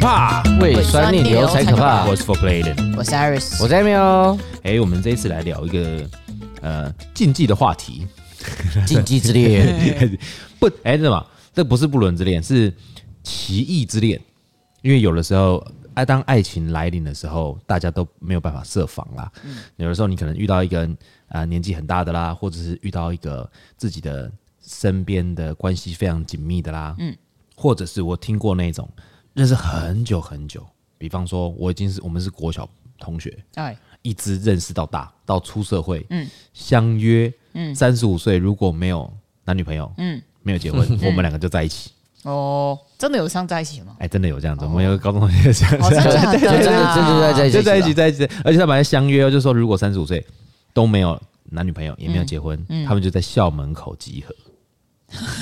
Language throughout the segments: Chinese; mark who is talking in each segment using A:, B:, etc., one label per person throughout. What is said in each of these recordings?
A: 怕。
B: 胃酸逆流才可怕。
A: What's for playing？
C: 我是 Iris，
B: 我在哦没有
A: 哎，我们这一次来聊一个呃禁忌的话题，
B: 禁忌 之恋，
A: 不，哎，这嘛，这不是不伦之恋，是奇异之恋。因为有的时候，爱当爱情来临的时候，大家都没有办法设防啦。有的时候，你可能遇到一个啊、呃年纪很大的啦，或者是遇到一个自己的身边的关系非常紧密的啦，嗯，或者是我听过那种认识很久很久，比方说我已经是我们是国小同学，
C: 哎，
A: 一直认识到大，到出社会，嗯，相约，嗯，三十五岁如果没有男女朋友，嗯，没有结婚，我们两个就在一起。
C: 哦，真的有上在一起吗？
A: 哎，真的有这样子，我们有个高中同学这样
C: 哦，
A: 子，
C: 真的假的？
B: 就真的真的 在
A: 就在
B: 在
A: 一起，
B: 一起了。
A: 在一起，而且他们还相约哦，就说如果三十五岁都没有男女朋
C: 嗯
A: 友，也没有结婚，他们就在校门口集 合，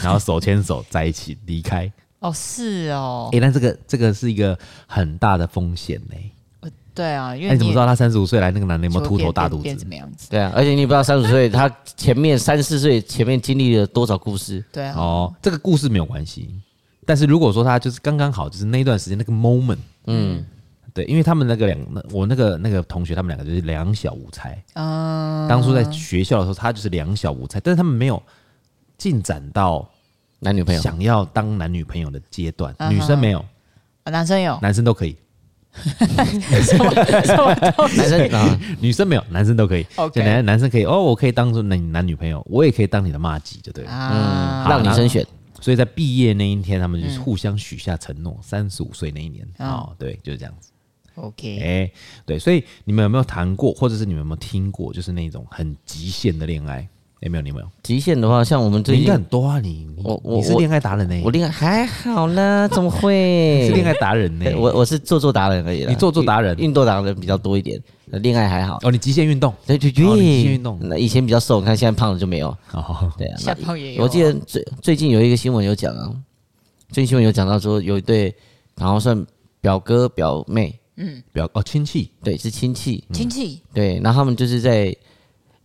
A: 然后手牵手在一起离开。
C: 哦，是哦
A: 哎，，但这个这个是一个很大的风险呢。
C: 对啊，因
A: 哎，
C: 为
A: 你怎么知道他三十五岁来那个男的有
C: 有
A: 没有秃头大肚
C: 变怎
A: 子？
C: 么样子？
B: 对啊，而且你不知道三十岁，他前面三四岁前面经历了多少故事，
C: 对啊，
A: 哦，这个故事没有关系，但是如果说他就是刚刚好，就是那段时间那个 moment，嗯，对，因为他们那个两，那我那个那个同学，他们两个就是两小无猜，
C: 嗯，
A: 当初在学校的时候，他就是两小无猜，但是他们没有进展到
B: 男女朋 友
A: 想要当男女朋友的阶段，
C: 嗯哼
A: 女生没有，
C: 啊男生有，
A: 男生都可以，
B: 男生啊，
A: 女生没有，男生都可以。
C: OK
A: 就男男生可以哦，我可以当做你男女朋友，我也可以当你的骂鸡，就对了。
C: 啊，
B: 让女生选，
A: 所以在毕业那一天，他们就是互相许下承诺，三十五岁那一年，哦，对，就是这样子。哎、
C: OK，
A: 对，所以你们有没有谈过，或者是你们有没有听过，就是那种很极限的恋爱？有没有？你有没有？
B: 极限的话，像我们
A: 你
B: 最
A: 应该
B: 近
A: 很多啊，你你
B: 我我
A: 你是
B: 我
A: 恋爱达人呢、
B: 我恋爱还好啦，怎么
A: 你
B: 会
A: 是恋爱达人呢、
B: 对 我我是做做达人而已啦，
A: 你做做达人
B: 运运动达人比较多一点，恋爱还好。
A: 哦，你极限运动
B: 对
A: 哦
B: 对
A: 你继续
B: 对，
A: 运动
B: 那以前比较瘦，你看现在胖了就没有。
A: 哦，
B: 对啊，
C: 下
B: 那
C: 炮也有啊，
B: 我记得最最近有一个新闻有讲啊，最近新闻有讲到说有一对，然后算表哥表妹，
A: 表哦亲戚
B: 对，是亲戚，
A: 嗯
C: 亲戚
B: 对，然后他们就是在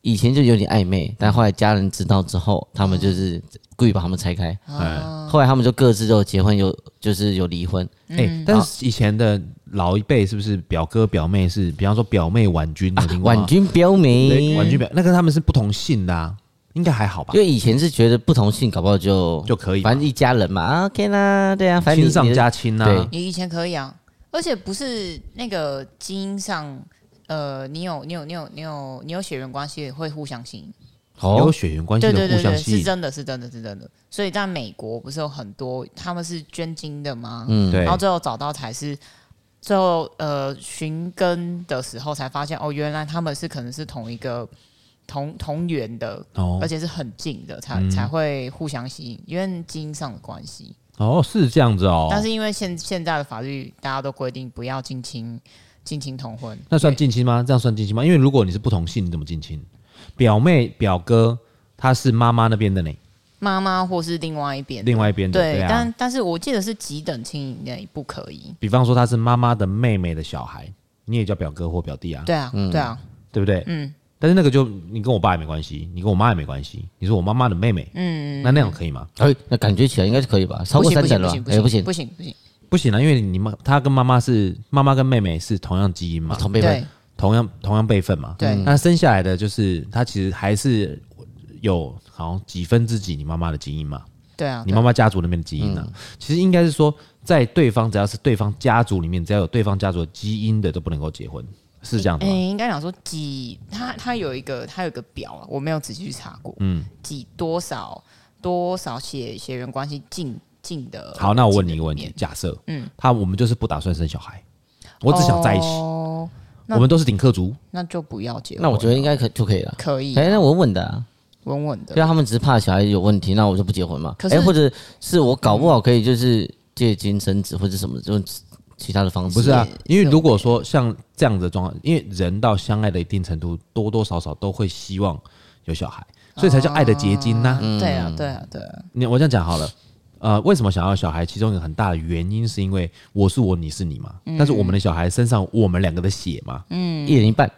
B: 以前就有点暧昧，但后来家人知道之后，他们就是故意把他们拆开，
A: 哎
C: 啊
B: 后来他们就各自都有结婚，有就是有离婚，
C: 嗯
A: 哎，但是以前的老一辈是不是表哥表妹是，比方说表妹婉君，
C: 嗯
A: 你有听过吗
B: 啊婉君标
A: 对
B: 明，
A: 婉君表那个他们是不同姓的，啊，应该还好吧
B: 因？为以前是觉得不同姓搞不好就
A: 就可以嘛
B: 反正一家人嘛啊，OK 啦，对啊，反正
A: 亲
B: 你
A: 上
B: 你的
A: 加亲啊
B: 对，
C: 你以前可以啊，而且不是那个基因上，呃，你有你有你有你有你有血缘关系会互相吸引，
A: 有
B: 哦，
A: 血缘关系
C: 对
A: 的
C: 对
A: 互
C: 对
A: 相
C: 对，
A: 吸
C: 是
A: 引，
C: 真的是真的是真的，所以在美国不是有很多他们是捐精的吗？
B: 嗯
A: 对
C: 然后最后找到才是最后呃寻根的时候才发现哦，原来他们是可能是同一个同同源的，
A: 哦
C: 而且是很近的，才、才会互相吸引，因为基因上的关系。
A: 哦是这样子哦，
C: 但是因为现现在的法律大家都规定不要近亲近亲同婚，
A: 那算近亲吗？这样算近亲吗？因为如果你是不同姓，你怎么近亲？表妹表哥他是妈妈那边的呢，
C: 妈妈或是另外一边的。
A: 另外一边的
C: 呃对，
A: 对啊
C: 但。但是我记得是几等亲以内不可以。
A: 比方说他是妈妈的妹妹的小孩，你也叫表哥或表弟啊，
C: 对啊，对啊，
A: 对不对？
C: 嗯，
A: 但是那个就你跟我爸也没关系，你跟我妈也没关系，你是我妈妈的妹妹，嗯，那那样可以吗？
B: 哎，那感觉起来应该是可以吧，超
C: 不
B: 过
C: 行
B: 三
C: 不
B: 等了
C: 行不
B: 吧
C: 行，
B: 哎不
C: 行
B: 行，
C: 不行不行，
A: 不行啊，因为你妈她跟妈妈是妈妈跟妹妹是同样基因嘛，
B: 哦同辈分
C: 对，
A: 同样同样辈分嘛，
C: 对
A: 那生下来的就是她其实还是有好像几分之几你妈妈的基因嘛，
C: 对啊，
A: 你
C: 对
A: 妈
C: 啊嗯
A: 妈家族那边的基因呢、啊？其实应该是说，在对方只要是对方家族里面，只要有对方家族的基因的都不能够结婚，是这样子
C: 诶、
A: 吗？
C: 应该讲说几，它它有一个它有一个表啊，我没有仔细去查过，嗯，几多少多少血血缘关系近近的。
A: 好，那我问你一个
C: 近的
A: 问
C: 里
A: 题
C: 面，，
A: 假设，嗯
C: 嗯，
A: 他我们就是不打算生小孩，我只想在一起，
C: 哦，那
A: 我们都是顶客族，
C: 那就不要结婚。
B: 那我觉得应该可就可以了。
C: 可以
B: 哎，那稳稳的啊，
C: 稳稳的
B: 对，啊，他们只是怕小孩有问题，那我就不结婚嘛。
C: 可是嗯
B: 哎，或者是我搞不好可以就是借精生子或者什么，就其他的方式。
A: 不是啊？因为
C: 是
A: 如果说像这样子的状况，因为人到相爱的一定程度，多多少少都会希望有小孩，所以才叫爱的结晶呐、
C: 对啊，
A: 嗯
C: 对啊，对啊，
A: 你我这样讲好了。呃，为什么想要小孩？其中一个很大的原因是因为我是我，你是你嘛。
C: 嗯
A: 但是我们的小孩身上我们两个的血嘛，
B: 一人一半，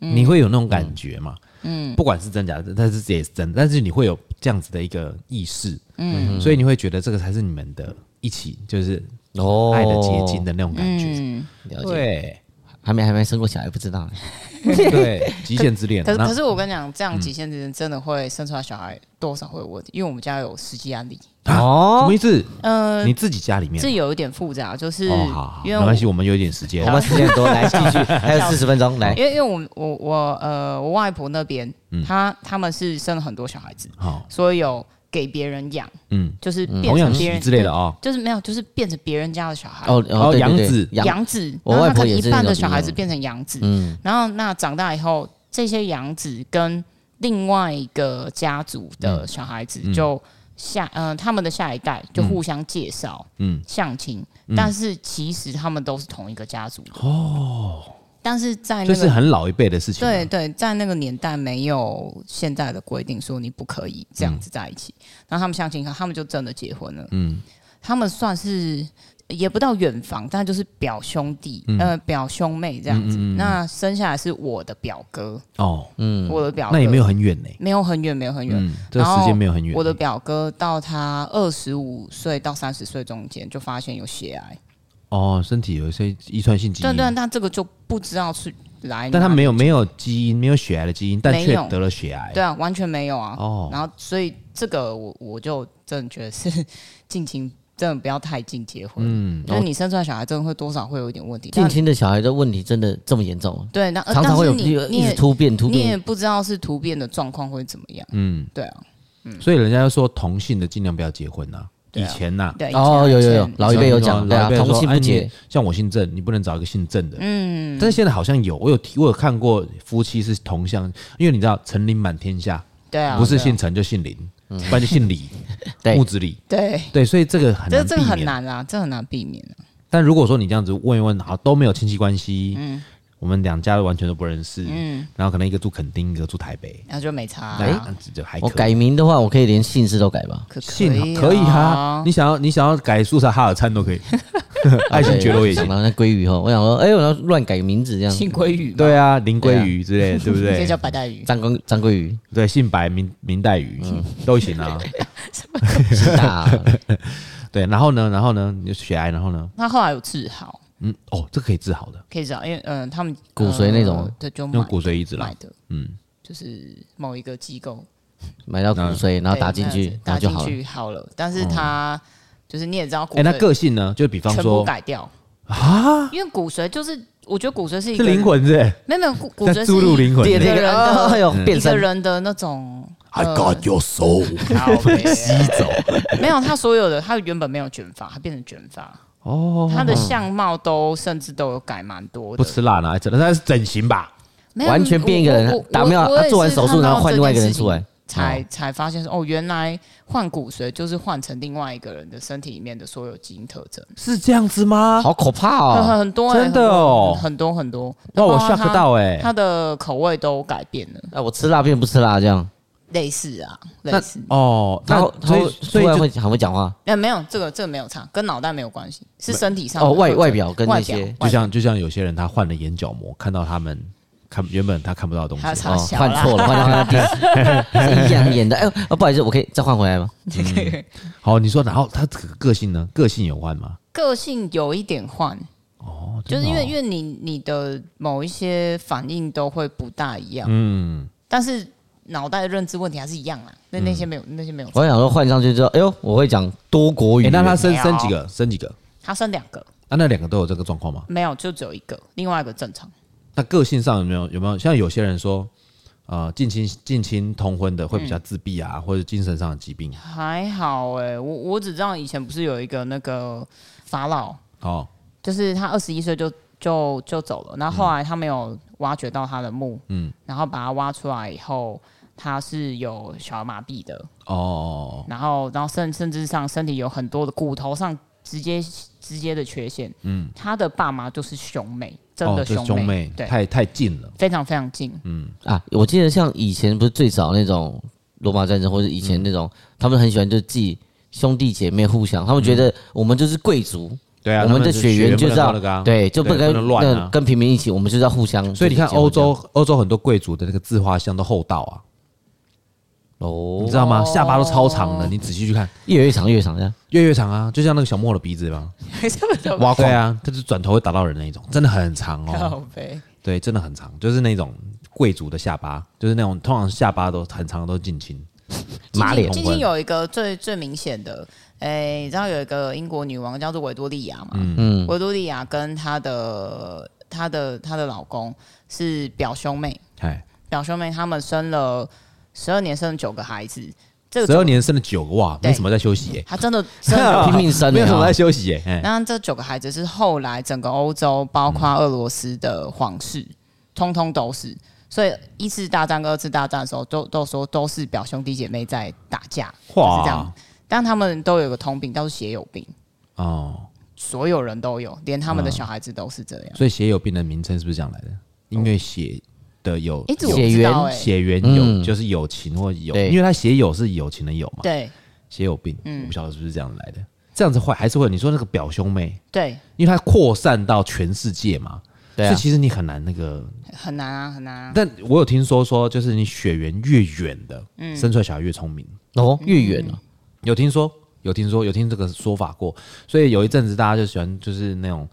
A: 你会有那种感觉嘛？嗯，不管是真假的，但是这也是真的，但是你会有这样子的一个意识，嗯，所以你会觉得这个才是你们的一起，就是
B: 哦
A: 爱的结晶的那种感觉。
C: 嗯，
B: 了解，
A: 对
B: 还没还没生过小孩，不知道呢。
A: 对，极限之恋。
C: 可是
A: 那嗯
C: 可是我跟你讲，这样极限之人真的会生出来小孩多少会有问题，因为我们家有实际案例。
A: 什
B: 哦
A: 么，意思？
C: 嗯、
A: 你自己家里面
C: 这有一点复杂，就是
A: 哦，好，好
C: 因为
A: 没关系，我们有一点时间
B: 我。们时间多，来继 续，还有四十分钟，来
C: 因为因为我我我呃我外婆那边，
A: 嗯
C: 她他们是生了很多小孩子，
A: 好，
C: 所以有给别人养，
A: 嗯，
C: 就是变
A: 童养
C: 成别
A: 媳
C: 人
A: 之类的，哦。
C: 就是没有，就是变成别人家的小孩。
B: 哦
A: 哦
B: 对对
A: 养
B: 对
A: 子
B: 养，
C: 养子，
B: 我
C: 然后
B: 外
C: 他
B: 婆
C: 可能
B: 也
C: 一
B: 是
C: 半
B: 那
C: 的
B: 种
C: 小孩
B: 养
C: 子变成养子，
B: 嗯，
C: 然后那长大以后，这些养子跟另外一个家族的小孩子
A: 嗯
C: 就下，嗯、呃，他们的下一代就
A: 嗯
C: 互相介绍、
A: 嗯，
C: 相亲，
A: 嗯
C: 但是其实他们都是同一个家族哦。但是在那
A: 就
C: 个、
A: 是很老一辈的事情啊。
C: 对对，在那个年代没有现在的规定说你不可以这样子在一起，然后他们相亲，他们就真的结婚了。
A: 嗯，
C: 他们算是也不到远房，但就是表兄弟，呃，表兄妹这样子。
A: 嗯嗯嗯嗯嗯
C: 那生下来是我的表哥，
A: 哦，
C: 我的表哥，
A: 那也没有很远呢。
C: 没有很远，没有很远。
A: 嗯，这个时间没有很远。
C: 我的表哥到他二十五岁到三十岁中间就发现有血癌，
A: 哦，身体有一些遗传性基因
C: 对，对，但这个就不知道是来哪里，
A: 但他没有没有基因，没有血癌的基因，但却
C: 没有
A: 得了血癌。
C: 对啊，完全没有啊。
A: 哦
C: 然后所以这个我我就真的觉得是 近亲，真的不要太近结婚，
A: 嗯，
C: 就是你生出来小孩真的会多少会有一点问题。
B: 近
C: 但
B: 亲的小孩的问题真的这么严重啊？
C: 对，那
B: 常常会有
C: 呃但是你你
B: 一直
C: 也
B: 突变突
C: 你也
B: 变，
C: 不知道是突变的状况会怎么样。
A: 嗯，
C: 对啊，
A: 所以人家就说同性的尽量不要结婚呐、
C: 对
A: 以
C: 啊
A: 前呐、
C: 对，
B: 哦
C: 以前
B: 有有有
C: 以前
B: 老一辈有讲
A: 老一辈
B: 对啊
A: 说
B: 同性不
A: 哎你
B: 结
A: 像我姓郑，你不能找一个姓郑的。
C: 嗯，
A: 但是现在好像有，我有提，我有看过夫妻是同向，因为你知道陈林满天下，
C: 对啊，
A: 不是
C: 对啊
A: 姓陈就姓林，不然就姓李，
B: 嗯 对
A: 木子李。
C: 对，
A: 对，所以这个很
C: 这
A: 难
C: 这个
A: 避
C: 很
A: 免。
C: 难啊，这很难避免啊。
A: 但如果说你这样子问一问，好都没有亲戚关系，我们两家完全都不认识，
C: 嗯，
A: 然后可能一个住垦丁，一个住台北，
C: 那就没差啊。
A: 那样子就还
B: 我
A: 可以。
B: 改名的话，我可以连姓氏都改吧？
C: 可
A: 幸好
C: 可
A: 可以哈
C: 啊，，
A: 你想要你想要改苏萨哈尔灿都可以， 爱新觉罗也行
B: 然。后那鲑鱼哈，我想说，哎，我要乱改名字这样。
C: 姓鲑鱼嘛，
A: 对啊，林鲑鱼之类的，对不
C: 可以叫
A: 对？
C: 白带鱼，
B: 张公张鲑鱼，
A: 对，姓白明明代鱼
C: 嗯
A: 都行 啊。
B: 是大啊
A: 对，然后呢，然后呢，你就血癌，然后呢，
C: 他后来有治好，
A: 嗯，哦，这可以治好的，
C: 可以治好，因为嗯，他们
B: 骨髓那种
C: 呃对，就
A: 用
C: 买
A: 骨髓移植啦
C: 买。的，
A: 嗯，
C: 就是某一个机构，
B: 买到骨 髓，然后
C: 对
B: 打进
C: 那
B: 去，然
C: 嗯打
B: 后就
C: 进
B: 好了。
C: 去好了。但是他就是你也知道，骨
A: 哎，哦那
C: 髓
A: 个性呢？就比方
C: 全部
A: 说
C: 改掉啊，因为骨髓就是我觉得骨髓是一
A: 是
C: 个
A: 灵，魂是不是
C: 没有没有骨骨
A: 在
C: 髓
A: 注入
C: 是一
A: 灵魂哦
C: 一
A: 对
C: 个人的
B: 哎呦，变
C: 一个
B: 身
C: 人的那 种。
A: ，I
C: 呃
A: got your soul，吸走。
C: 没有，他所有的他原本没有卷发，他变成卷发，
A: 哦，
C: 他的相貌都甚至都有改蛮多
A: 不
C: 的，
A: 吃辣哪整？那是整形吧？
C: 没有
B: 完全变一个
C: 我我
B: 人，打没有啊
C: 我我也
B: 他
C: 是
B: 做完手术，
C: 看到
B: 然后换另外一个人
C: 这件事情
B: 出来。
C: 才才发现说哦，原来换骨髓就是换成另外一个人的身体里面的所有基因特征，
A: 是这样子吗？
B: 好可怕哦！
C: 很 很很多欸
A: 真的哦
C: 很多很多，
A: 哇，我
C: 包括
A: 吓
C: 他
A: 到
B: 欸
A: 哎。
C: 他的口味都改变了，
B: 那我吃辣变不吃辣这样，
C: 类似啊，类
A: 那
C: 似。
A: 哦，
B: 然
A: 那
B: 后
A: 所
B: 所
A: 以
B: 以
A: 所
B: 所
A: 以
B: 以
A: 就
B: 会很会讲话
C: 哎，没有这个，这个没有差，跟脑袋没有关系，是身体上的
B: 哦，外
C: 特征
B: 外表跟那
C: 外表
B: 些
A: 就像就像有些人他换了眼角膜，看到他们看原本他看不到的东西
C: 还有，差
B: 哦
C: 小
B: 换
C: 啦
B: 错了，换 到换到是一样演的。哎呦，哦不好意思，我可以再换回来吗？嗯
A: 好，你说，然后他这个个性呢？个性有换吗？
C: 个性有一点换，
A: 哦，
C: 就
A: 真
C: 是
A: 的
C: 因为
A: 哦
C: 因为你你的某一些反应都会不大一样，
A: 嗯，
C: 但是脑袋的认知问题还是一样啊。那那些没有那些没有差，
B: 我想说换上去之后，哎呦，我会讲多国语
A: 哎，
B: 言。
A: 那他生
C: 没有
A: 生几个？生几个？
C: 他生两个，
A: 啊，那两个都有这个状况吗？
C: 没有就只有一个，另外一个正常。
A: 那个性上有没有有没有像有些人说，呃，近亲近亲通婚的会
C: 嗯
A: 比较自闭啊，或者精神上的疾病啊
C: 还好哎、我我只知道以前不是有一个那个法老，
A: 哦，
C: 就是他二十一岁就就就走了，然后后来他没有挖掘到他的墓，
A: 嗯
C: 嗯，然后把他挖出来以后，他是有小儿麻痹的，
A: 哦哦，哦
C: 然后然后甚甚至上身体有很多的骨头上直接直接的缺陷，嗯，他的爸妈就是兄妹，真
A: 哦
C: 的
A: 这
C: 兄
A: 是兄
C: 妹，对，
A: 太太近了，
C: 非常非常近，
B: 啊，我记得像以前不是最早那种罗马战争，或者以前那
A: 嗯
B: 种，他们很喜欢就自己兄弟姐妹互相，他们觉得我们就是贵族，
A: 嗯对啊，
B: 我们
A: 他
B: 的
A: 是
B: 血缘就是
A: 不能
B: 要
A: 够那个啊
B: 对，就不
A: 对
B: 跟
A: 能乱
B: 那
A: 啊。
B: 跟平民一起，我们就是要互相。
A: 所以你看
B: 就是结婚
A: 欧洲，欧洲很多贵族的那个自画像都厚道啊，
B: 哦
A: 你知，道吗？下巴都超长的，
C: 哦
A: 你仔细去看，
B: 越来越长越长这样，
A: 越来越长啊，就像那个小莫的鼻子吧，
C: 这么多
B: 挖
A: 对
B: 矿
A: 啊，他就转头会打到人那一种，真的很长
C: 靠
A: 哦，
C: 背，
A: 对，真的很长，就是那种贵族的下巴，就是那种通常下巴都很长，都是近 亲，
B: 马脸
C: 最近有一个最最明显的，哎，你知道有一个英国女王叫做维多利亚嘛？
B: 嗯，
C: 维多利亚跟她的她的她的老公是表兄妹，
A: 哎，
C: 表兄妹他们生了十二年，生了九个孩子。这个
A: 十
C: 九
A: 二年生了九个哇，
C: 对
A: 没什么在休息耶，
C: 他真的 真的
B: 拼命生
A: 没
B: 的
A: 有什么在
B: 啊，
A: 休息耶，哎
C: 那这九个孩子是后来整个欧洲，包括俄罗斯的皇室，通通都是。所以一次大战跟二次大战的时候，都都说都是表兄弟姐妹在打架，就是这样
A: 哇。
C: 但他们都有个通病，叫做血友病，
A: 哦，
C: 所有人都有，连他
A: 嗯
C: 们的小孩子都是这样。
A: 所以血友病的名称是不是这样来的？因为血的有
C: 哎、这我不
B: 血
C: 知道
B: 缘
C: 哎、
A: 血缘有、
B: 嗯
A: 就是友情或友，
B: 对
A: 因为他血友是友情的友嘛，
C: 对
A: 血友病，
C: 嗯
A: 我不晓得是不是这样来的。这样子坏还是会，你说那个表兄妹，
C: 对，
A: 因为它扩散到全世界嘛，
B: 对
A: 所
B: 啊
A: 以，其实你很难那个。
C: 很难啊，很难啊。
A: 但我有听说说，就是你血缘越远的，
C: 嗯
A: 生出来小孩越聪明，
B: 哦，越远了，
A: 有听说，有听说，有听这个说法过。所以有一阵子大家就喜欢就是那种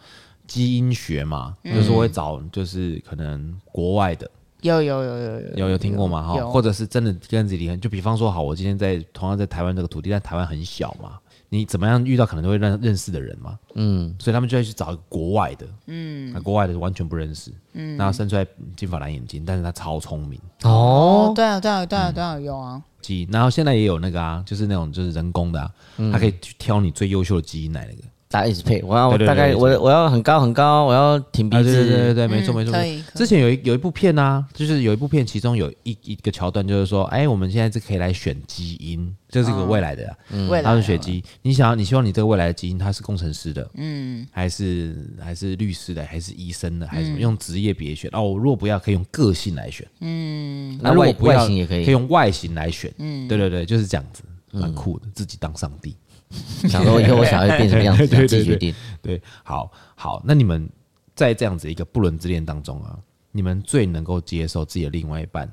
A: 基因学嘛，
C: 嗯
A: 就是我会找就是可能国外的，
C: 有有有有有
A: 有有啊听过吗？哈，
C: 有
A: 或者是真的跟自己离很，就比方说，好，我今天在同样在台湾这个土地，但台湾很小嘛，你怎么样遇到可能都会认认识的人嘛，嗯，所以他们就会去找一个国外的，嗯，国外的完全不认识，嗯，那生出来金发蓝眼睛，但是他超聪明，
C: 哦，
B: 哦，
C: 对啊对啊对啊对啊，有啊，
A: 基因，然后现在也有那个啊，就是那种就是人工的、啊，
C: 嗯
A: 他可以去挑你最优秀的基因来那个，
B: 大家一直配，我要
A: 对对对
B: 大概
A: 对对
B: 我我要很高很高，我要挺鼻
A: 啊，对对对对
B: 子，
A: 对，没错
C: 嗯
A: 没错，
C: 可
A: 没错
C: 以。可以
A: 之前有一有一部片啊，就是有一部片，其中有一一个桥段，就是说，哎，我们现在是可以来选基因，这是一
C: 哦
A: 个未来的啊、
C: 未来
A: 他
C: 啊
A: 是血基，你想要你希望你这个未来的基因，他是工程师的，
C: 嗯，
A: 还是还是律师的，还是医生的，还是什么？用职业别选哦。我如果不要，可以用个性来选。那
C: 嗯
B: 那
A: 如果
B: 外
A: 不要
B: 外形也可
A: 可以嗯
B: 以，
A: 用外形来选。嗯，对对对，就是这样子，蛮酷的，自己当上帝。
B: 想说以后我小孩变什么样子，
A: 对对对
B: 自己决定。
A: 对，好好，那你们在这样子一个不伦之恋当中啊，你们最能够接受自己的另外一半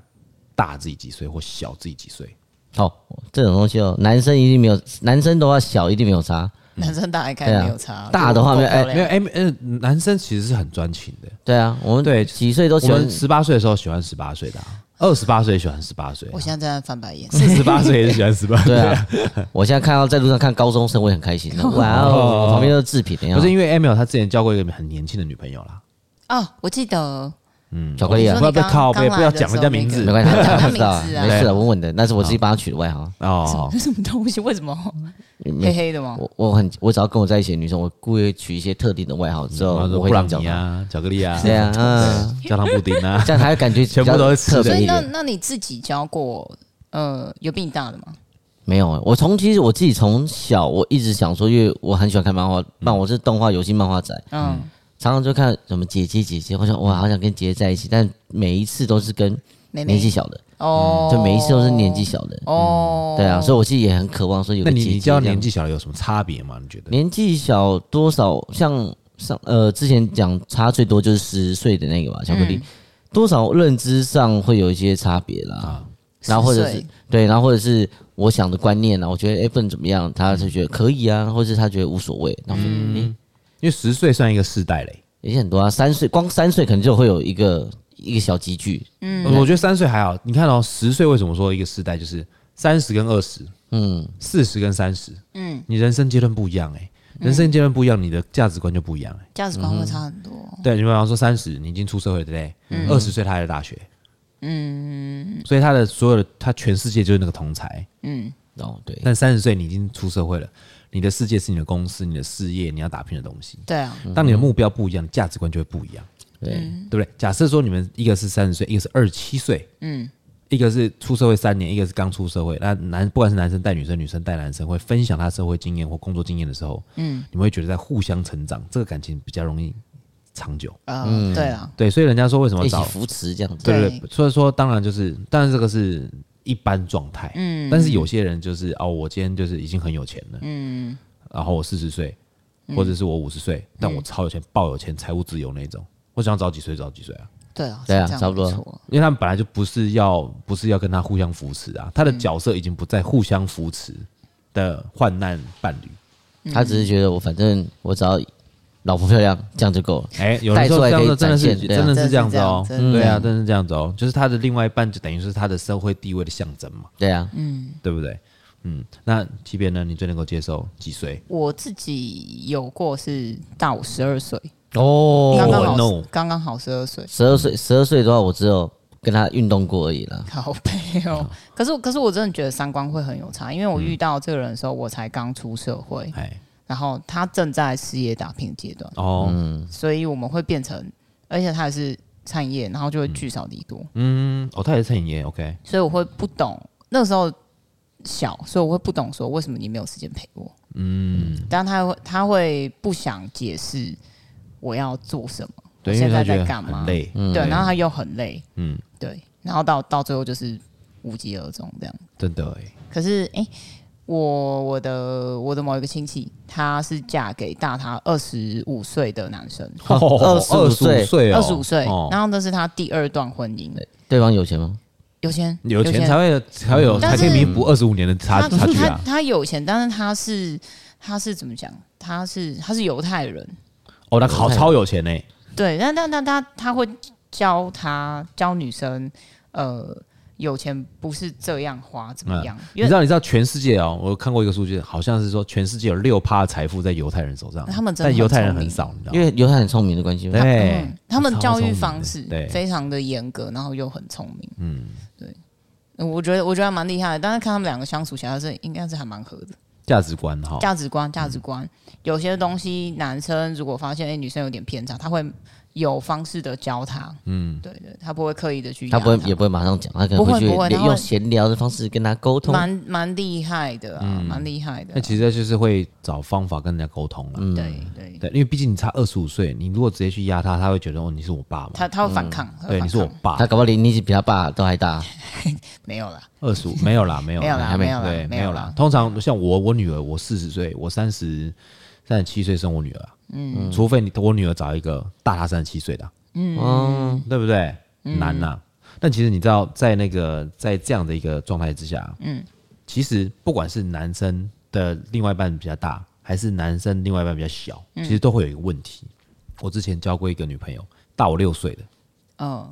A: 大自己几岁或小自己几岁？
B: 哦，这种东西哦，男生一定没有，男生的话小一定没有差，
C: 男生大一看没有差，
B: 对啊大的话没有哎
A: 没有，哎、呃，男生其实是很专情的。
B: 对啊，我们
A: 对
B: 几岁都
A: 我
B: 喜欢
A: 们十八岁的时候喜欢十八岁的、啊，二十八岁喜欢十八岁啊、
C: 我现在正在翻白眼，
A: 四十八岁也是喜欢十八岁
B: 对。啊， 我现在看到在路上看高中生，我也很开心的。哇哦，旁边都是制品的样
A: 不
B: 子，
A: 是因为 Emil 他之前交过一个很年轻的女朋友啦，
C: 哦，我记得
B: 巧克力啊
C: 你
A: 不
C: 说，
A: 要不要
C: 刚
A: 靠
C: 刚
A: 背，
C: 来
A: 不要
C: 的
A: 讲
C: 时
A: 人家
C: 候那
A: 名
C: 个
A: 字
B: 没关系，
C: 讲他
B: 他
C: 名
B: 知道啊，
C: 字啊
B: 没事的，稳稳的。那是我自己帮他取的外号。
A: 哦。
C: 什么东西？为什么黑黑的吗？
B: 我我很，我只要跟我在一起的女生，我故意取一些特定的外号，之
A: 然
B: 后
A: 后
B: 我
A: 说
B: 会
A: 布
B: 这
A: 朗
B: 样
A: 尼啊，巧
B: 叫她。
A: 克力啊，
B: 对啊，嗯，
A: 对，焦糖布丁啊，
B: 这样才 会感觉
A: 全部都是吃的
B: 特
C: 所
B: 别
C: 以
B: 一
C: 那
B: 点。
C: 那你自己教过呃有比你大的吗？
B: 没有，我从其实我自己从小我一直想说，因为我很喜欢看漫画，那我是动画游戏漫画仔，
C: 嗯，
B: 常常就看什么姐姐姐姐，我想哇，好想跟姐姐在一起，但每一次都是跟
C: 妹
B: 年
C: 妹
B: 纪小的，
C: 哦，
B: 嗯就每一次都是年纪小的。
C: 哦，
B: 对啊，所以我自己也很渴望说有
A: 那
B: 个
A: 你
B: 姐
A: 你
B: 姐
A: 叫
B: 这样
A: 年纪小的有什么差别吗？你觉得？
B: 年纪小多少像上呃之前讲差最多就是十岁的那个吧，巧克力、多少认知上会有一些差别啦。然后或者
C: 10
B: 是
C: 岁
B: 对，然后或者是我想的观念啊，我觉得哎、诶不能怎么样，他就觉得可以啊，或者是他觉得无所谓。然后我说嗯，
A: 因为十岁算一个世代嘞，
B: 也是很多啊，三岁光三岁可能就会有一个一个小集聚，
C: 嗯
A: 我觉得三岁还好。你看哦，十岁为什么说一个世代就是三十跟二十，嗯，四十跟三十，嗯，你人生阶段不一样哎，人
C: 嗯
A: 生阶段不一样，你的价值观就不一样哎。
C: 价值观会差很多。
A: 对，你比方说三十，你已经出社会了，对不对？二十岁他还在大学，嗯，所以他的所有的他全世界就是那个同才，
B: 哦对，
A: 但三十岁你已经出社会了，你的世界是你的公司、你的事业，你要打拼的东西。
C: 对啊，
A: 当你的目标不一样，价值观就会不一样，
B: 对
A: 嗯对不对？假设说你们一个是三十岁，一个是二十七岁，嗯，一个是出社会三年，一个是刚出社会。那男不管是男生带女生，女生带男生，会分享他社会经验或工作经验的时候，嗯，你们会觉得在互相成长，这个感情比较容易长久。
C: 嗯，对啊，
A: 对，所以人家说为什么
B: 一起
A: 找
B: 扶持这样子，
A: 对对
C: 对
A: 对，所以说当然就是，当然这个是一般状态，嗯，但是有些人就是哦，我今天就是已经很有钱了，嗯，然后我四十岁，
B: 嗯
A: 或者是我五十岁，但我超有钱，爆有钱，财务自由那种，我想要早几岁早几岁啊，
C: 对啊，
B: 对啊
C: 是这样
B: 差不多
C: 没错
A: 因为他们本来就不是要不是要跟他互相扶持啊，
B: 嗯
A: 他的角色已经不在互相扶持的患难伴侣。
B: 他只是觉得我反正我只要老婆漂亮，这样就够了。
A: 哎、有的时候这
B: 带出来
A: 样
B: 可以
A: 的真的是
B: 展现对啊
A: 真的是这样子哦、
C: 真的是这样真的
A: 对
C: 是这
A: 啊，
C: 样
A: 真的是这样子哦、就是他的另外一半就等于是他的社会地位的象征嘛，
B: 对啊，
A: 对不对？嗯，那即便呢，你最能够接受几岁？
C: 我自己有过是大我十二岁，刚
B: 哦，
C: 刚好
A: no
C: 刚刚好十二岁，
B: 十二岁，十二岁的话，我只有跟他运动过而已啦。
C: 好悲哦。可是可是我真的觉得三观会很有差，因为我
B: 嗯
C: 遇到这个人的时候，我才刚出社会，
A: 哎，
C: 然后他正在事业打拼阶段，
A: 哦，
C: 所以我们会变成，而且他也是产业，然后就会聚少离多，
A: 嗯，哦，他也是餐饮业，OK，
C: 所以我会不懂那时候小，所以我会不懂说为什么你没有时间陪我。嗯，但他会他会不想解释我要做什么，
A: 对，因为
C: 现
A: 他
C: 在
A: 觉
C: 在
A: 得
C: 干嘛嗯
A: 很？累，
C: 对，然后他又很累，
A: 嗯，
C: 对，然后到到最后就是无疾而终这样。
A: 真的哎，
C: 可是哎、诶我我的我的某一个亲戚，她是嫁给大她二十五岁的男生，
B: 25
A: 25岁哦，
C: 二十五岁，
A: 哦
C: 然后那是她第二段婚姻，
B: 对方有钱吗？
C: 有钱嗯
A: 有钱才会才会有
C: 但
A: 才
C: 是
A: 可以弥补二十五年的差
C: 他
A: 差距
C: 他
A: 啊。
C: 他有钱，但是他是他是怎么讲？他是他是犹太人，
A: 哦，那好
B: 太
A: 超有钱欸呢，
C: 对，但但但他他会教他教女生，呃，有钱不是这样花怎么样？
A: 你
C: 因
A: 知
C: 为
A: 道你知道全世界哦，我看过一个数据，好像是说全世界有六趴财富在犹太人手上，
C: 他们真的
A: 但
C: 很
A: 犹太人
C: 聪
A: 很
C: 明
A: 少，你知道
B: 因
A: 吗？
B: 为犹太很聪明的关系吗？
A: 对
C: 嗯，，他们
A: 超
C: 教
A: 聪
C: 育
A: 明
C: 方
A: 的
C: 式
A: 对，
C: 非常的严格，然后又很聪明，嗯，对。我觉得我觉得还蛮厉害的，但是看他们两个相处起来是应该是还蛮合的。
A: 价值观哈，
C: 价值
A: 嗯
C: 观，价值观，有些东西男生如果发现哎、诶女生有点偏差，他会有方式的教她，嗯，对对，他不会刻意的去压
B: 他
C: 她，
B: 不会，也不会马上讲，他可能
C: 不会
B: 回去
C: 不会他会
B: 用闲聊的方式跟他沟通。
C: 蛮蛮厉害的啊，蛮厉害的
A: 那
C: 啊、
A: 嗯哎其实就是会找方法跟人家沟通啊了。
C: 对对，
A: 对，因为毕竟你差二十五岁，你如果直接去压他，他会觉得哦，你是我爸嘛，
C: 他他会反抗，他会
A: 对，
C: 反
A: 你是我
C: 抗
A: 爸
B: 他。搞不好年纪比他爸都还大。
C: 没有啦，
A: 二十五没有啦，没有
C: 没有啦
A: 还
C: 没有啦
A: 对，
C: 没
A: 没
C: 有
A: 有
C: 啦
A: 啦。通常像我，我女儿，我四十岁，我三十三十七岁生我女儿啊，嗯，除非你我女儿找一个大她三十七岁的啊，
C: 嗯
B: 哦，
A: 对不对？难呐、但其实你知道，在那个在这样的一个状态之下，嗯，其实不管是男生的另外一半比较大，还是男生另外一半比较小，
C: 嗯
A: 其实都会有一个问题。我之前交过一个女朋友，大我六岁的，